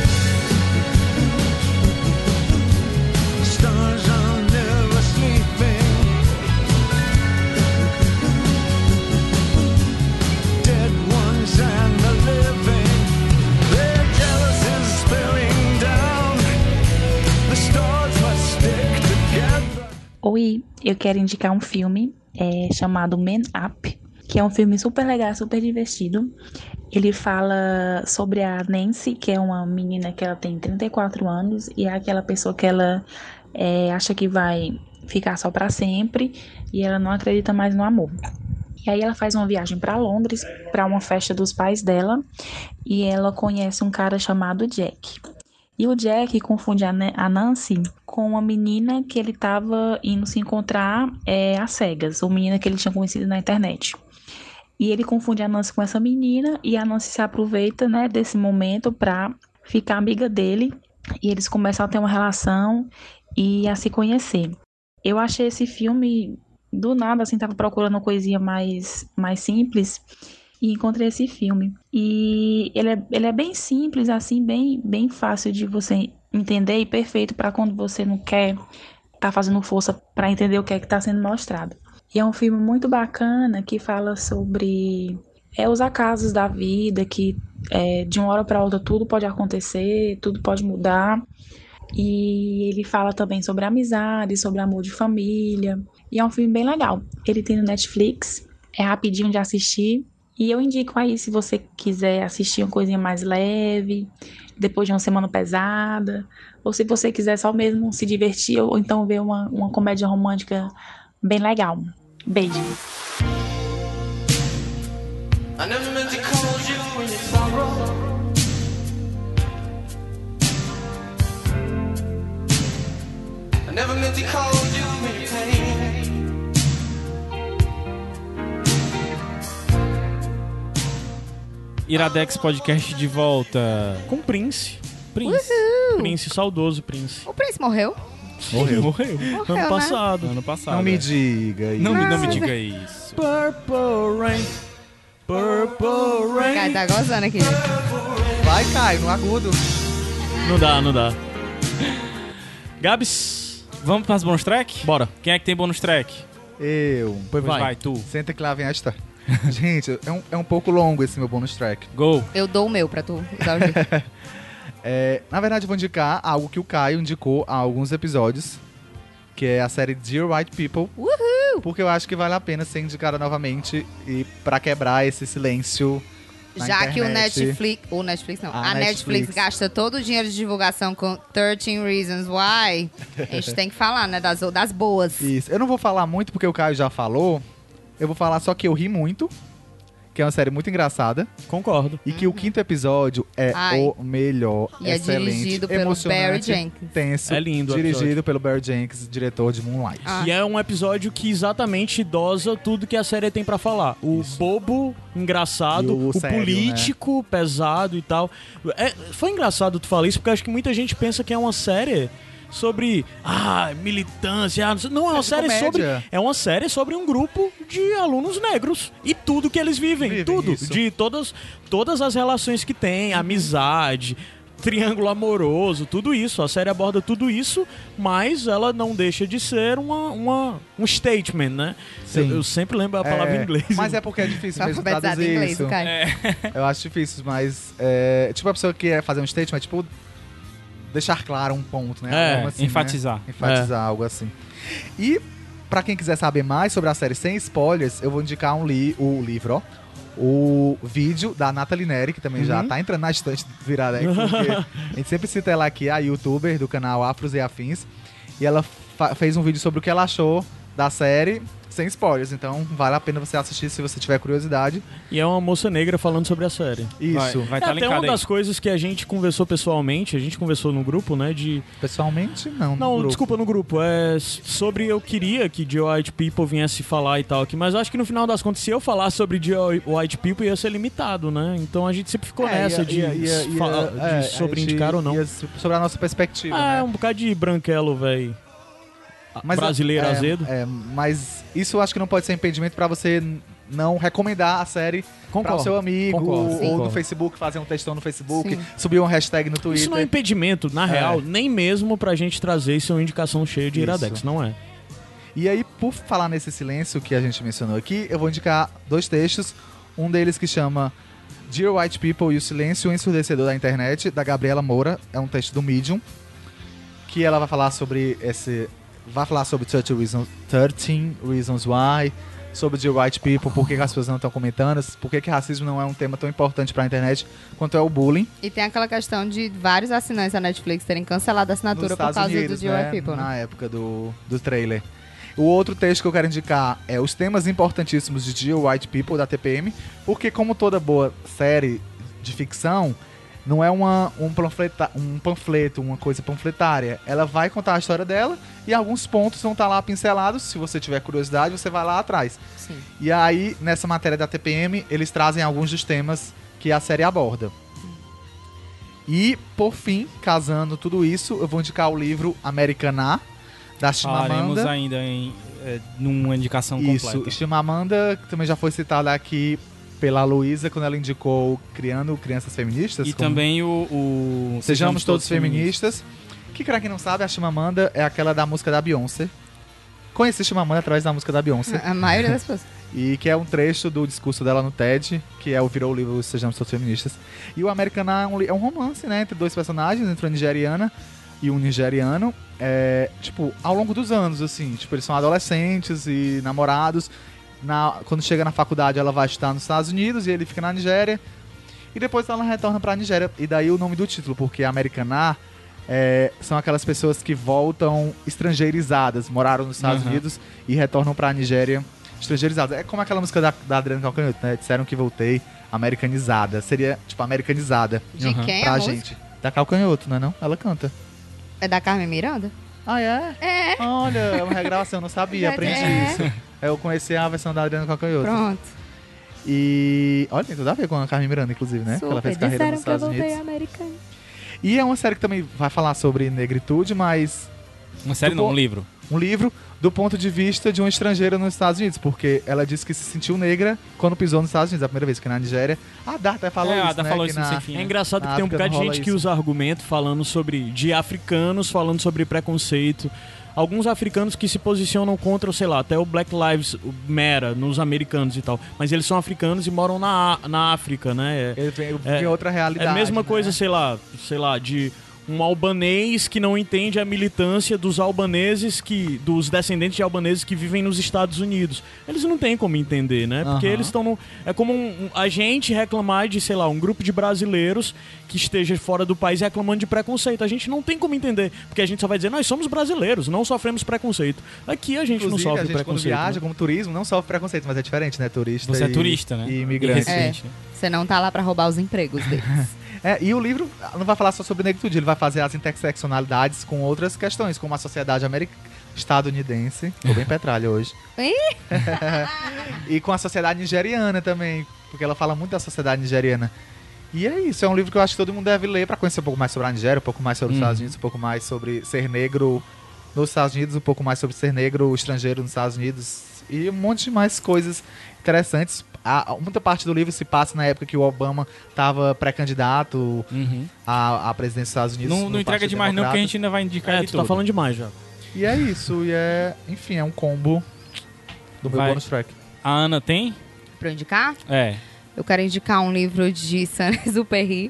Speaker 6: Stars are never sleeping. Dead ones and the living. Their jealous is spilling down. The stars must stick together.
Speaker 9: Oi, eu quero indicar um filme é, chamado Men Up, que é um filme super legal, super divertido. Ele fala sobre a Nancy, que é uma menina que ela tem 34 anos e é aquela pessoa que ela é, acha que vai ficar só pra sempre e ela não acredita mais no amor. E aí ela faz uma viagem pra Londres pra uma festa dos pais dela e ela conhece um cara chamado Jack. E o Jack confunde a, Na- a Nancy com uma menina que ele tava indo se encontrar é, às cegas, uma menina que ele tinha conhecido na internet. E ele confunde a Nancy com essa menina e a Nancy se aproveita, né, desse momento pra ficar amiga dele e eles começam a ter uma relação e a se conhecer. Eu achei esse filme do nada assim, tava procurando uma coisinha mais mais simples e encontrei esse filme. E ele é, ele é bem simples assim, bem bem fácil de você entender e perfeito pra quando você não quer tá fazendo força pra entender o que é que tá sendo mostrado. E é um filme muito bacana que fala sobre é os acasos da vida que é, de uma hora para outra tudo pode acontecer, tudo pode mudar. E ele fala também sobre amizade, sobre amor de família. E é um filme bem legal. Ele tem no Netflix, é rapidinho de assistir. E eu indico aí se você quiser assistir uma coisinha mais leve, depois de uma semana pesada, ou se você quiser só mesmo se divertir, ou então ver uma, uma comédia romântica bem legal. Beijo.
Speaker 8: I never meant to call you when you sorrow. I never meant to call you when you pain.
Speaker 2: Iradex Podcast de volta.
Speaker 3: Com Prince.
Speaker 2: Prince.
Speaker 3: Prince, saudoso Prince.
Speaker 5: O Prince morreu?
Speaker 2: Morreu. Morreu.
Speaker 5: Morreu,
Speaker 3: Ano
Speaker 5: né?
Speaker 3: passado.
Speaker 2: Ano passado.
Speaker 4: Não me
Speaker 2: é.
Speaker 4: diga isso.
Speaker 2: Não, me- não me diga isso.
Speaker 3: Purple Rain. Purple
Speaker 5: Cara,
Speaker 3: Rain.
Speaker 5: tá gozando aqui.
Speaker 4: Vai, Caio, no agudo.
Speaker 3: Não dá, não dá. Gabs,
Speaker 2: Vamos para as bônus track?
Speaker 3: bora.
Speaker 2: Quem é que tem bônus track?
Speaker 4: Eu.
Speaker 2: Pois
Speaker 3: vai.
Speaker 2: vai tu.
Speaker 4: Senta que lá vem a história. *laughs* Gente, é um, é um pouco longo esse meu bônus track.
Speaker 2: Go.
Speaker 5: Eu dou o meu pra tu usar o jeito.
Speaker 4: É, na verdade, eu vou indicar algo que o Caio indicou há alguns episódios, que é a série Dear White People. Uhul! Porque eu acho que vale a pena ser indicada novamente e pra quebrar esse silêncio. na
Speaker 5: Já que o
Speaker 4: internet.
Speaker 5: Netflix. O Netflix não.
Speaker 4: A
Speaker 5: A, Netflix.
Speaker 4: Netflix.
Speaker 5: gasta todo o dinheiro de divulgação com 13 Reasons Why. A gente tem que falar, né? Das, das boas.
Speaker 4: Isso. Eu não vou falar muito porque o Caio já falou. Eu vou falar só que eu ri muito, que é uma série muito engraçada.
Speaker 3: Concordo.
Speaker 4: E que o quinto episódio é
Speaker 5: Uhum. Ai.
Speaker 4: o melhor.
Speaker 5: E é
Speaker 4: excelente,
Speaker 5: dirigido pelo
Speaker 4: emocionante,
Speaker 5: Barry Jenkins.
Speaker 4: Tenso,
Speaker 3: É lindo o
Speaker 4: Dirigido pelo Barry Jenkins, diretor de Moonlight.
Speaker 5: Ah.
Speaker 3: E é um episódio que exatamente dosa tudo que a série tem pra falar. O bobo,
Speaker 4: E
Speaker 3: engraçado,
Speaker 4: o
Speaker 3: o,
Speaker 4: sério, né?
Speaker 3: político, pesado e tal. É, foi engraçado tu falar isso, porque eu acho que muita gente pensa que é uma série sobre ah, militância. ah, não sei- Não, é uma
Speaker 4: de
Speaker 3: série
Speaker 4: comédia.
Speaker 3: sobre. É uma série sobre um grupo de alunos negros. E tudo que eles vivem.
Speaker 4: Vivem,
Speaker 3: tudo.
Speaker 4: isso.
Speaker 3: De todas, todas as relações que
Speaker 4: Uhum.
Speaker 3: tem, amizade. Triângulo amoroso, tudo isso. A série aborda tudo isso, mas ela não deixa de ser uma, uma- um statement, né?
Speaker 4: Sim.
Speaker 3: Eu, eu sempre lembro a palavra em inglês.
Speaker 4: Mas é porque é difícil
Speaker 5: Tá
Speaker 4: mesmo
Speaker 5: alfabetizado
Speaker 4: traduzir
Speaker 5: em inglês,
Speaker 4: isso.
Speaker 5: o cara.
Speaker 4: Eu acho difícil, mas. É, tipo, a pessoa que quer fazer um statement, tipo. Deixar claro um ponto, né?
Speaker 3: É,
Speaker 4: Algo assim, né?
Speaker 2: enfatizar.
Speaker 4: Enfatizar algo assim. E, pra quem quiser saber mais sobre a série sem spoilers, eu vou indicar um li o livro, ó. O vídeo da Nathalie Neri, que também
Speaker 2: Uhum.
Speaker 4: já tá entrando na estante do Viradex,
Speaker 2: *laughs*
Speaker 4: porque a gente sempre cita ela aqui, a youtuber do canal Afros e Afins. E ela fa- fez um vídeo sobre o que ela achou da série, sem spoilers. Então, vale a pena você assistir se você tiver curiosidade.
Speaker 3: E é uma moça negra falando sobre a série.
Speaker 4: Isso.
Speaker 2: Vai estar
Speaker 3: é até uma
Speaker 2: linkado aí.
Speaker 3: das coisas que a gente conversou pessoalmente, a gente conversou no grupo, né? De.
Speaker 4: Pessoalmente, não. no
Speaker 3: Não,
Speaker 4: grupo.
Speaker 3: desculpa, no grupo. É s- sobre eu queria que The White People viesse falar e tal aqui, mas eu acho que no final das contas, se eu falar sobre The White People, ia ser limitado, né? Então a gente sempre ficou
Speaker 4: É,
Speaker 3: nessa
Speaker 4: ia-
Speaker 3: de,
Speaker 4: ia- ia-
Speaker 3: s-
Speaker 4: ia-
Speaker 3: fala- de
Speaker 4: é,
Speaker 3: sobreindicar
Speaker 4: a
Speaker 3: ou
Speaker 4: gente
Speaker 3: não.
Speaker 4: ia so- sobre a nossa perspectiva,
Speaker 3: Ah, é
Speaker 4: né?
Speaker 3: um bocado de branquelo, velho.
Speaker 4: Mas-
Speaker 3: Brasileiro
Speaker 4: é,
Speaker 3: azedo.
Speaker 4: é, mas isso eu acho que não pode ser impedimento pra você n- não recomendar a série para o
Speaker 3: Concordo.
Speaker 4: seu amigo
Speaker 3: Concordo,
Speaker 4: ou
Speaker 3: concordo.
Speaker 4: no Facebook, fazer um textão no Facebook,
Speaker 5: Sim.
Speaker 4: subir uma hashtag no Twitter.
Speaker 3: Isso não é impedimento, na
Speaker 4: É.
Speaker 3: real, nem mesmo pra gente trazer isso é uma indicação cheia de
Speaker 4: Isso.
Speaker 3: Iradex, não é?
Speaker 4: E aí, por falar nesse silêncio que a gente mencionou aqui, eu vou indicar dois textos. Um deles que chama Dear White People e o Silêncio Ensurdecedor da Internet, da Gabriela Moura. É um texto do Medium. Que ela vai falar sobre esse. Vai falar sobre 13 Reasons, 13 reasons Why, sobre Dear White People, por que que as pessoas não estão comentando, por que, que racismo não é um tema tão importante pra internet quanto é o bullying.
Speaker 5: E tem aquela questão de vários assinantes da Netflix terem cancelado a
Speaker 4: nos
Speaker 5: assinatura por
Speaker 4: Estados
Speaker 5: causa
Speaker 4: Unidos,
Speaker 5: do Joy
Speaker 4: né?
Speaker 5: People, né?
Speaker 4: Na época do, do trailer. O outro texto que eu quero indicar é Os Temas Importantíssimos de Dear White People, da TPM, porque como toda boa série de ficção, Não é uma, um, panfleta, um panfleto, uma coisa panfletária. Ela vai contar a história dela e alguns pontos vão estar lá pincelados. Se você tiver curiosidade, você vai lá atrás.
Speaker 5: Sim.
Speaker 4: E aí, nessa matéria da TPM, eles trazem alguns dos temas que a série aborda. E, por fim, casando tudo isso, eu vou indicar o livro Americaná, da
Speaker 2: Falaremos
Speaker 4: Chimamanda.
Speaker 2: ainda em, é, numa indicação
Speaker 4: Isso,
Speaker 2: completa.
Speaker 4: Chimamanda, que também já foi citada aqui pela Luísa quando ela indicou Criando Crianças Feministas.
Speaker 2: E
Speaker 4: como-
Speaker 2: também o, o-
Speaker 4: Sejamos, Todos Feministas. Que, pra quem não sabe, a Chimamanda é aquela da música da Beyoncé. Conheci Chimamanda através da música da Beyoncé.
Speaker 5: A maioria das pessoas.
Speaker 4: E que é um trecho do discurso dela no TED, que é o virou o livro Sejamos Todos Feministas. E o Americaná é um, li- é um romance, né? Entre dois personagens, entre uma nigeriana e um nigeriano. É, tipo, ao longo dos anos, assim. Tipo, eles são adolescentes e namorados. Na, quando chega na faculdade, ela vai estudar nos Estados Unidos e ele fica na Nigéria. E depois ela retorna pra Nigéria. E daí o nome do título, porque Americaná é, são aquelas pessoas que voltam estrangeirizadas, moraram nos Estados
Speaker 2: Uhum.
Speaker 4: Unidos e retornam pra Nigéria estrangeirizadas. É como aquela música da, da Adriana Calcanhoto, né? Disseram que voltei americanizada. Seria, tipo, americanizada
Speaker 5: De
Speaker 2: Aham.
Speaker 5: quem é a
Speaker 4: pra
Speaker 5: música?
Speaker 4: gente. Da Calcanhoto, não é não? Ela canta.
Speaker 5: É da Carmen Miranda?
Speaker 4: Ah, é?
Speaker 5: É.
Speaker 4: Olha, é uma regravação, eu não sabia,
Speaker 5: Já-
Speaker 4: aprendi
Speaker 5: é.
Speaker 4: isso. Eu conheci a versão da Adriana Calcanhoto.
Speaker 5: Pronto.
Speaker 4: E olha, tem tudo a ver com a Carmen Miranda, inclusive, né? Que Ela fez carreira nos Estados Unidos.
Speaker 5: americana.
Speaker 4: E é uma série que também vai falar sobre negritude, mas
Speaker 2: Uma série
Speaker 4: Do
Speaker 2: não,
Speaker 4: po-
Speaker 2: um livro.
Speaker 4: um livro do ponto de vista de uma estrangeira nos Estados Unidos, porque ela disse que se sentiu negra quando pisou nos Estados Unidos a primeira vez, que na Nigéria. A Darta falou
Speaker 2: é,
Speaker 4: isso,
Speaker 2: a Ada
Speaker 4: né?
Speaker 2: falou
Speaker 4: que
Speaker 2: isso no
Speaker 4: na...
Speaker 2: Sem Fim.
Speaker 3: É
Speaker 2: né?
Speaker 3: engraçado
Speaker 4: Na
Speaker 3: que tem um
Speaker 4: África
Speaker 3: bocado de
Speaker 4: não
Speaker 3: gente
Speaker 4: rola
Speaker 3: que
Speaker 4: isso.
Speaker 3: usa argumento falando sobre. de africanos falando sobre preconceito. Alguns africanos que se posicionam contra, sei lá, até o Black Lives Matter nos americanos e tal. Mas eles são africanos e moram na, Á- na África, né? É-
Speaker 4: Ele vem,
Speaker 3: É-
Speaker 4: vem outra
Speaker 3: É
Speaker 4: realidade.
Speaker 3: a mesma
Speaker 4: né?
Speaker 3: coisa, sei lá, sei lá, de um albanês que não entende a militância dos albaneses que dos descendentes de albaneses que vivem nos Estados Unidos. Eles não têm como entender, né? Porque
Speaker 4: Aham.
Speaker 3: eles estão no é como um, um- a gente reclamar de, sei lá, um grupo de brasileiros que esteja fora do país reclamando de preconceito. A gente não tem como entender, porque a gente só vai dizer, nós somos brasileiros, não sofremos preconceito. Aqui a gente
Speaker 4: Inclusive,
Speaker 3: não
Speaker 4: a
Speaker 3: sofre
Speaker 4: gente quando
Speaker 3: preconceito.
Speaker 4: viaja
Speaker 3: né?
Speaker 4: como turismo não sofre preconceito, mas é diferente, né? Turista
Speaker 2: Você é
Speaker 4: e-
Speaker 2: turista, né?
Speaker 4: E imigrante.
Speaker 5: É.
Speaker 2: Residente, né?
Speaker 5: Você não tá lá pra roubar os
Speaker 4: *laughs*
Speaker 5: empregos deles.
Speaker 4: É, e o livro não vai falar só sobre negritude, ele vai fazer as interseccionalidades com outras questões, como a sociedade americana. Estadunidense,
Speaker 3: *laughs*
Speaker 4: tô bem petralha hoje.
Speaker 5: Ih!
Speaker 4: e com a sociedade nigeriana também, porque ela fala muito da sociedade nigeriana. E é isso, é um livro que eu acho que todo mundo deve ler pra conhecer um pouco mais sobre a Nigéria, um pouco mais sobre os
Speaker 2: Uhum.
Speaker 4: Estados Unidos, um pouco mais sobre ser negro nos Estados Unidos, um pouco mais sobre ser negro estrangeiro nos Estados Unidos e um monte de mais coisas interessantes. A, a- muita parte do livro se passa na época que o Obama tava pré-candidato
Speaker 2: Uhum.
Speaker 4: à, à presidência dos Estados Unidos.
Speaker 2: Não,
Speaker 4: no
Speaker 2: não entrega
Speaker 4: Partido
Speaker 2: demais não, que a
Speaker 4: Democrata.
Speaker 2: gente ainda vai indicar
Speaker 3: É,
Speaker 2: ele
Speaker 3: tu tá
Speaker 2: todo.
Speaker 3: falando demais já.
Speaker 4: E é isso, e é. Enfim, é um combo do meu
Speaker 2: Vai.
Speaker 4: bonus track.
Speaker 2: A Ana tem?
Speaker 5: pra eu indicar?
Speaker 2: É.
Speaker 5: Eu quero indicar um livro de *laughs* Saint-Exupéry.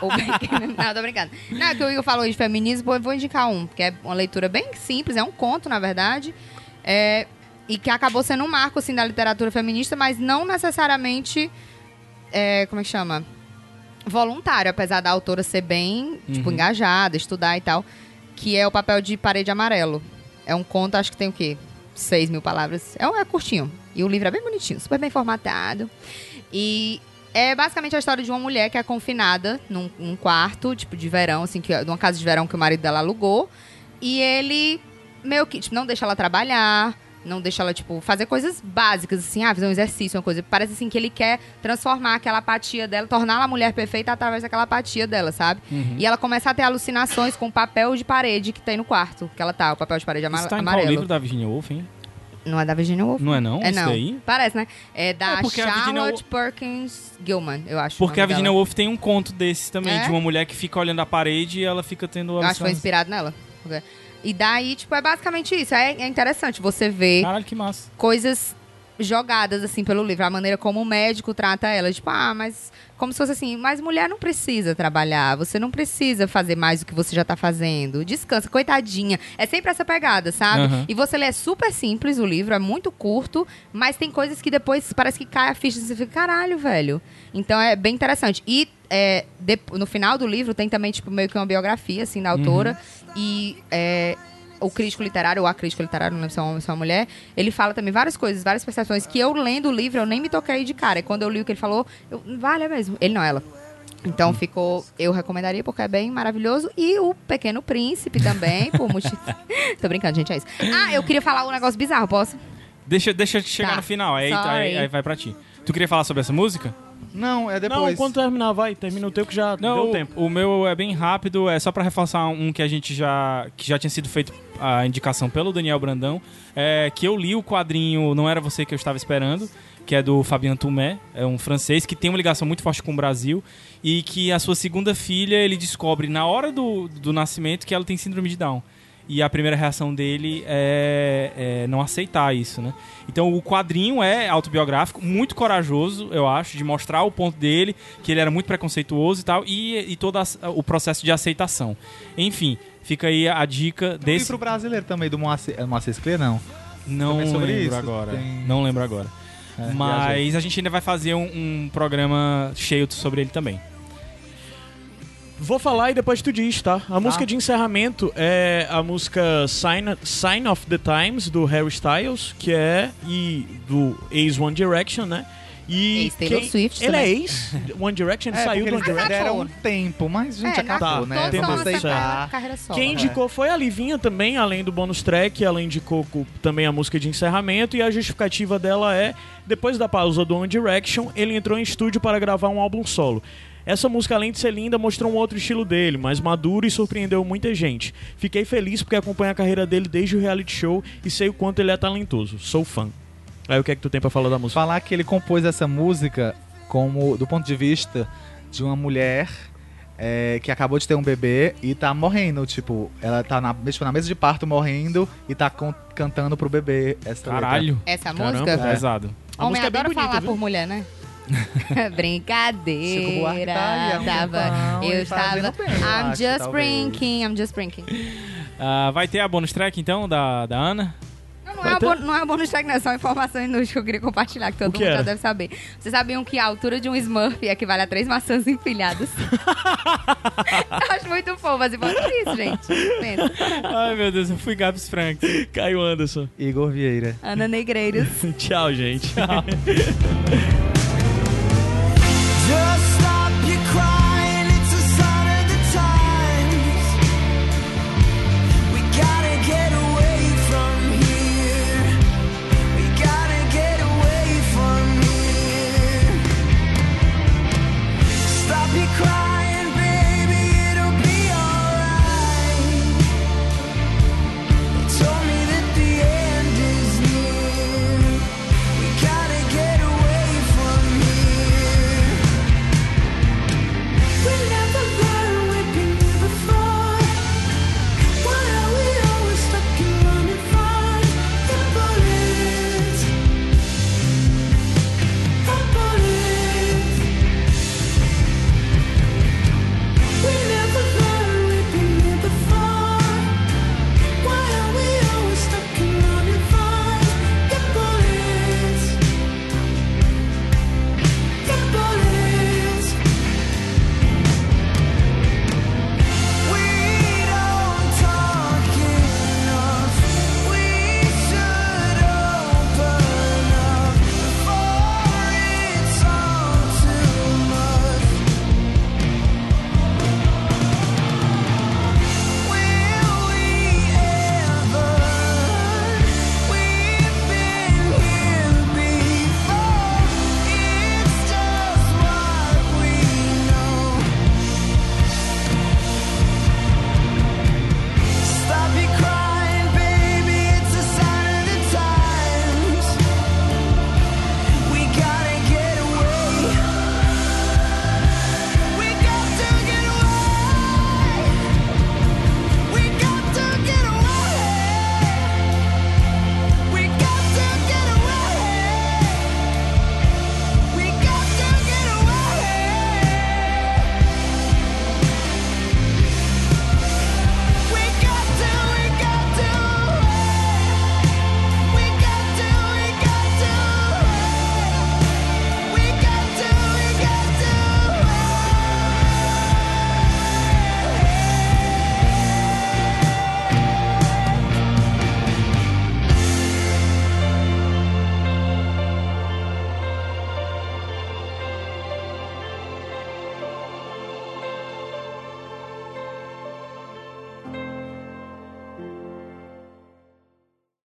Speaker 5: Ou bem- *laughs* não, tô brincando. Não, é que o Igor falou de feminismo, eu vou indicar um, porque é uma leitura bem simples, é um conto, na verdade. é, e que acabou sendo um marco, assim, da literatura feminista, mas não necessariamente. é, como é que chama? Voluntário, apesar da autora ser bem, tipo,
Speaker 2: Uhum.
Speaker 5: engajada, estudar e tal. Que é o papel de parede amarelo. É um conto, acho que tem o quê? 6 mil palavras. É, um- é curtinho. E o livro é bem bonitinho, super bem formatado. E é basicamente a história de uma mulher que é confinada num, num quarto, tipo, de verão, assim, que, numa casa de verão que o marido dela alugou. E ele meio que, tipo, não deixa ela trabalhar, não deixa ela, tipo, fazer coisas básicas, assim, ah, fazer um exercício, uma coisa. Parece assim que ele quer transformar aquela apatia dela, torná-la a mulher perfeita através daquela apatia dela, sabe?
Speaker 2: Uhum.
Speaker 5: E ela começa a ter alucinações com o papel de parede que tem no quarto que ela tá, o papel de parede ama-
Speaker 2: Isso tá em qual
Speaker 5: amarelo.
Speaker 2: livro da Virginia Woolf, hein?
Speaker 5: Não é da Virginia Woolf.
Speaker 2: Não é não?
Speaker 5: É
Speaker 2: Isso
Speaker 5: não.
Speaker 2: daí?
Speaker 5: Parece, né? É da
Speaker 2: É, porque a Virginia
Speaker 5: Charlotte Perkins Gilman, eu acho. o
Speaker 2: Porque a
Speaker 5: nome
Speaker 2: Virginia
Speaker 5: dela.
Speaker 2: Woolf tem um conto desse também,
Speaker 5: É?
Speaker 2: de uma mulher que fica olhando a parede e ela fica tendo...
Speaker 5: Eu acho que foi
Speaker 2: alucinações.
Speaker 5: inspirado nela. E daí, tipo, é basicamente isso. É, é interessante você ver
Speaker 2: Caralho, que massa.
Speaker 5: coisas jogadas, assim, pelo livro. A maneira como o médico trata ela. Tipo, ah, mas... Como se fosse assim, mas mulher não precisa trabalhar. Você não precisa fazer mais do que você já tá fazendo. Descansa, coitadinha. É sempre essa pegada, sabe?
Speaker 2: Aham.
Speaker 5: E você lê, é super simples o livro, é muito curto. Mas tem coisas que depois parece que cai a ficha. e Você fica, caralho, velho. Então é bem interessante. E é, dep- no final do livro tem também, tipo, meio que uma biografia, assim, da autora. E é, o crítico literário, ou a crítica literária, não lembro se é um homem ou se é uma mulher, ele fala também várias coisas, várias percepções que eu lendo o livro, eu nem me toquei de cara. E quando eu li o que ele falou, eu, vale é mesmo. Ele não, ela.
Speaker 4: Uhum.
Speaker 5: Então ficou, eu recomendaria porque é bem maravilhoso. E o Pequeno Príncipe também, por motivo. *laughs* Tô brincando, gente, é isso. Ah, eu queria falar um negócio bizarro, posso?
Speaker 2: Deixa, deixa eu chegar
Speaker 5: Tá.
Speaker 2: no final, aí,
Speaker 5: Sorry.
Speaker 2: aí, aí vai pra ti. Tu queria falar sobre essa música?
Speaker 4: Não, é
Speaker 3: Não,
Speaker 4: depois.
Speaker 3: quando terminar, vai. Termina o teu que já
Speaker 2: Não,
Speaker 3: deu
Speaker 2: o-
Speaker 3: tempo.
Speaker 2: o meu é bem rápido, é só pra reforçar um que a gente já que já tinha sido feito a indicação pelo Daniel Brandão, é que eu li o quadrinho Não era você que eu estava esperando, que é do Fabien Tomé, é um francês que tem uma ligação muito forte com o Brasil e que a sua segunda filha, ele descobre na hora do, do nascimento que ela tem síndrome de Down. E a primeira reação dele é, é não aceitar isso, né? Então o quadrinho é autobiográfico, muito corajoso, eu acho, de mostrar o ponto dele, que ele era muito preconceituoso e tal, e, e todo as- o processo de aceitação. Enfim, fica aí a dica
Speaker 4: Tem um
Speaker 2: desse.
Speaker 4: livro brasileiro também do Moacir, é Moacir Scler, não.
Speaker 2: Não
Speaker 4: também sobre
Speaker 2: lembro
Speaker 4: isso,
Speaker 2: agora.
Speaker 4: tem-
Speaker 2: Não lembro agora.
Speaker 4: É, viajei.
Speaker 2: Mas a gente ainda vai fazer um, um programa cheio sobre ele também.
Speaker 3: Vou falar e depois tu diz, tá? A música de encerramento é a música Sign, Sign of the Times, do Harry Styles, que é e do Ace One Direction, né? E
Speaker 5: Ex Taylor Swift
Speaker 3: Ele
Speaker 5: também.
Speaker 3: é ex One Direction, ele
Speaker 4: É,
Speaker 3: saiu
Speaker 4: porque
Speaker 3: do One
Speaker 4: eles
Speaker 3: Direction.
Speaker 4: deram
Speaker 5: Acabou.
Speaker 4: um tempo, mas, gente,
Speaker 5: é,
Speaker 4: acabou,
Speaker 5: na-
Speaker 4: né?
Speaker 5: Todos
Speaker 3: Tem
Speaker 5: são
Speaker 4: Vamos
Speaker 5: nessa carreira,
Speaker 4: aceitar.
Speaker 5: carreira solo.
Speaker 3: Quem indicou foi a Livinha também, além do bônus track, ela indicou co- também a música de encerramento e a justificativa dela é, depois da pausa do One Direction, ele entrou em estúdio para gravar um álbum solo. Essa música, além de ser linda, mostrou um outro estilo dele, mais maduro e surpreendeu muita gente. Fiquei feliz porque acompanho a carreira dele desde o reality show e sei o quanto ele é talentoso. Sou fã. Aí o que é que tu tem pra falar da música?
Speaker 4: Falar que ele compôs essa música como do ponto de vista de uma mulher é, que acabou de ter um bebê e tá morrendo, tipo, ela tá na, tipo, na mesa de parto morrendo e tá con- cantando pro bebê essa letra.
Speaker 2: Caralho.
Speaker 5: Essa
Speaker 3: Caramba,
Speaker 5: música?
Speaker 4: É.
Speaker 2: Pesado.
Speaker 3: A
Speaker 5: Homem
Speaker 3: música é bem
Speaker 5: adora
Speaker 3: bonita,
Speaker 5: falar
Speaker 3: viu?
Speaker 5: por mulher, *laughs* né?
Speaker 4: Chico Buarque
Speaker 5: Brincadeira.
Speaker 4: tá aí há um
Speaker 5: tava,
Speaker 4: tempão
Speaker 5: eu
Speaker 4: e fazendo
Speaker 5: estava.
Speaker 4: bem, eu
Speaker 5: I'm
Speaker 4: acho,
Speaker 5: just
Speaker 4: talvez.
Speaker 5: brinking, I'm just brinking.
Speaker 2: Ah, vai ter a bônus track então da, da Ana?
Speaker 5: Não, não,
Speaker 3: Vai
Speaker 5: é
Speaker 3: ter?
Speaker 5: bom, não é bom no Instagram, é só uma informação inútil que eu queria compartilhar, que todo
Speaker 3: O que
Speaker 5: mundo já
Speaker 3: era?
Speaker 5: deve saber. Vocês sabiam que a altura de um Smurf equivale a três
Speaker 3: *laughs*
Speaker 5: maçãs empilhadas? *laughs* eu acho muito fofo as informações isso, gente. Pensa.
Speaker 2: Ai meu Deus, eu fui Gabs Frank.
Speaker 3: Caio Anderson.
Speaker 4: Igor Vieira.
Speaker 5: Ana Negreiros.
Speaker 3: Tchau, gente.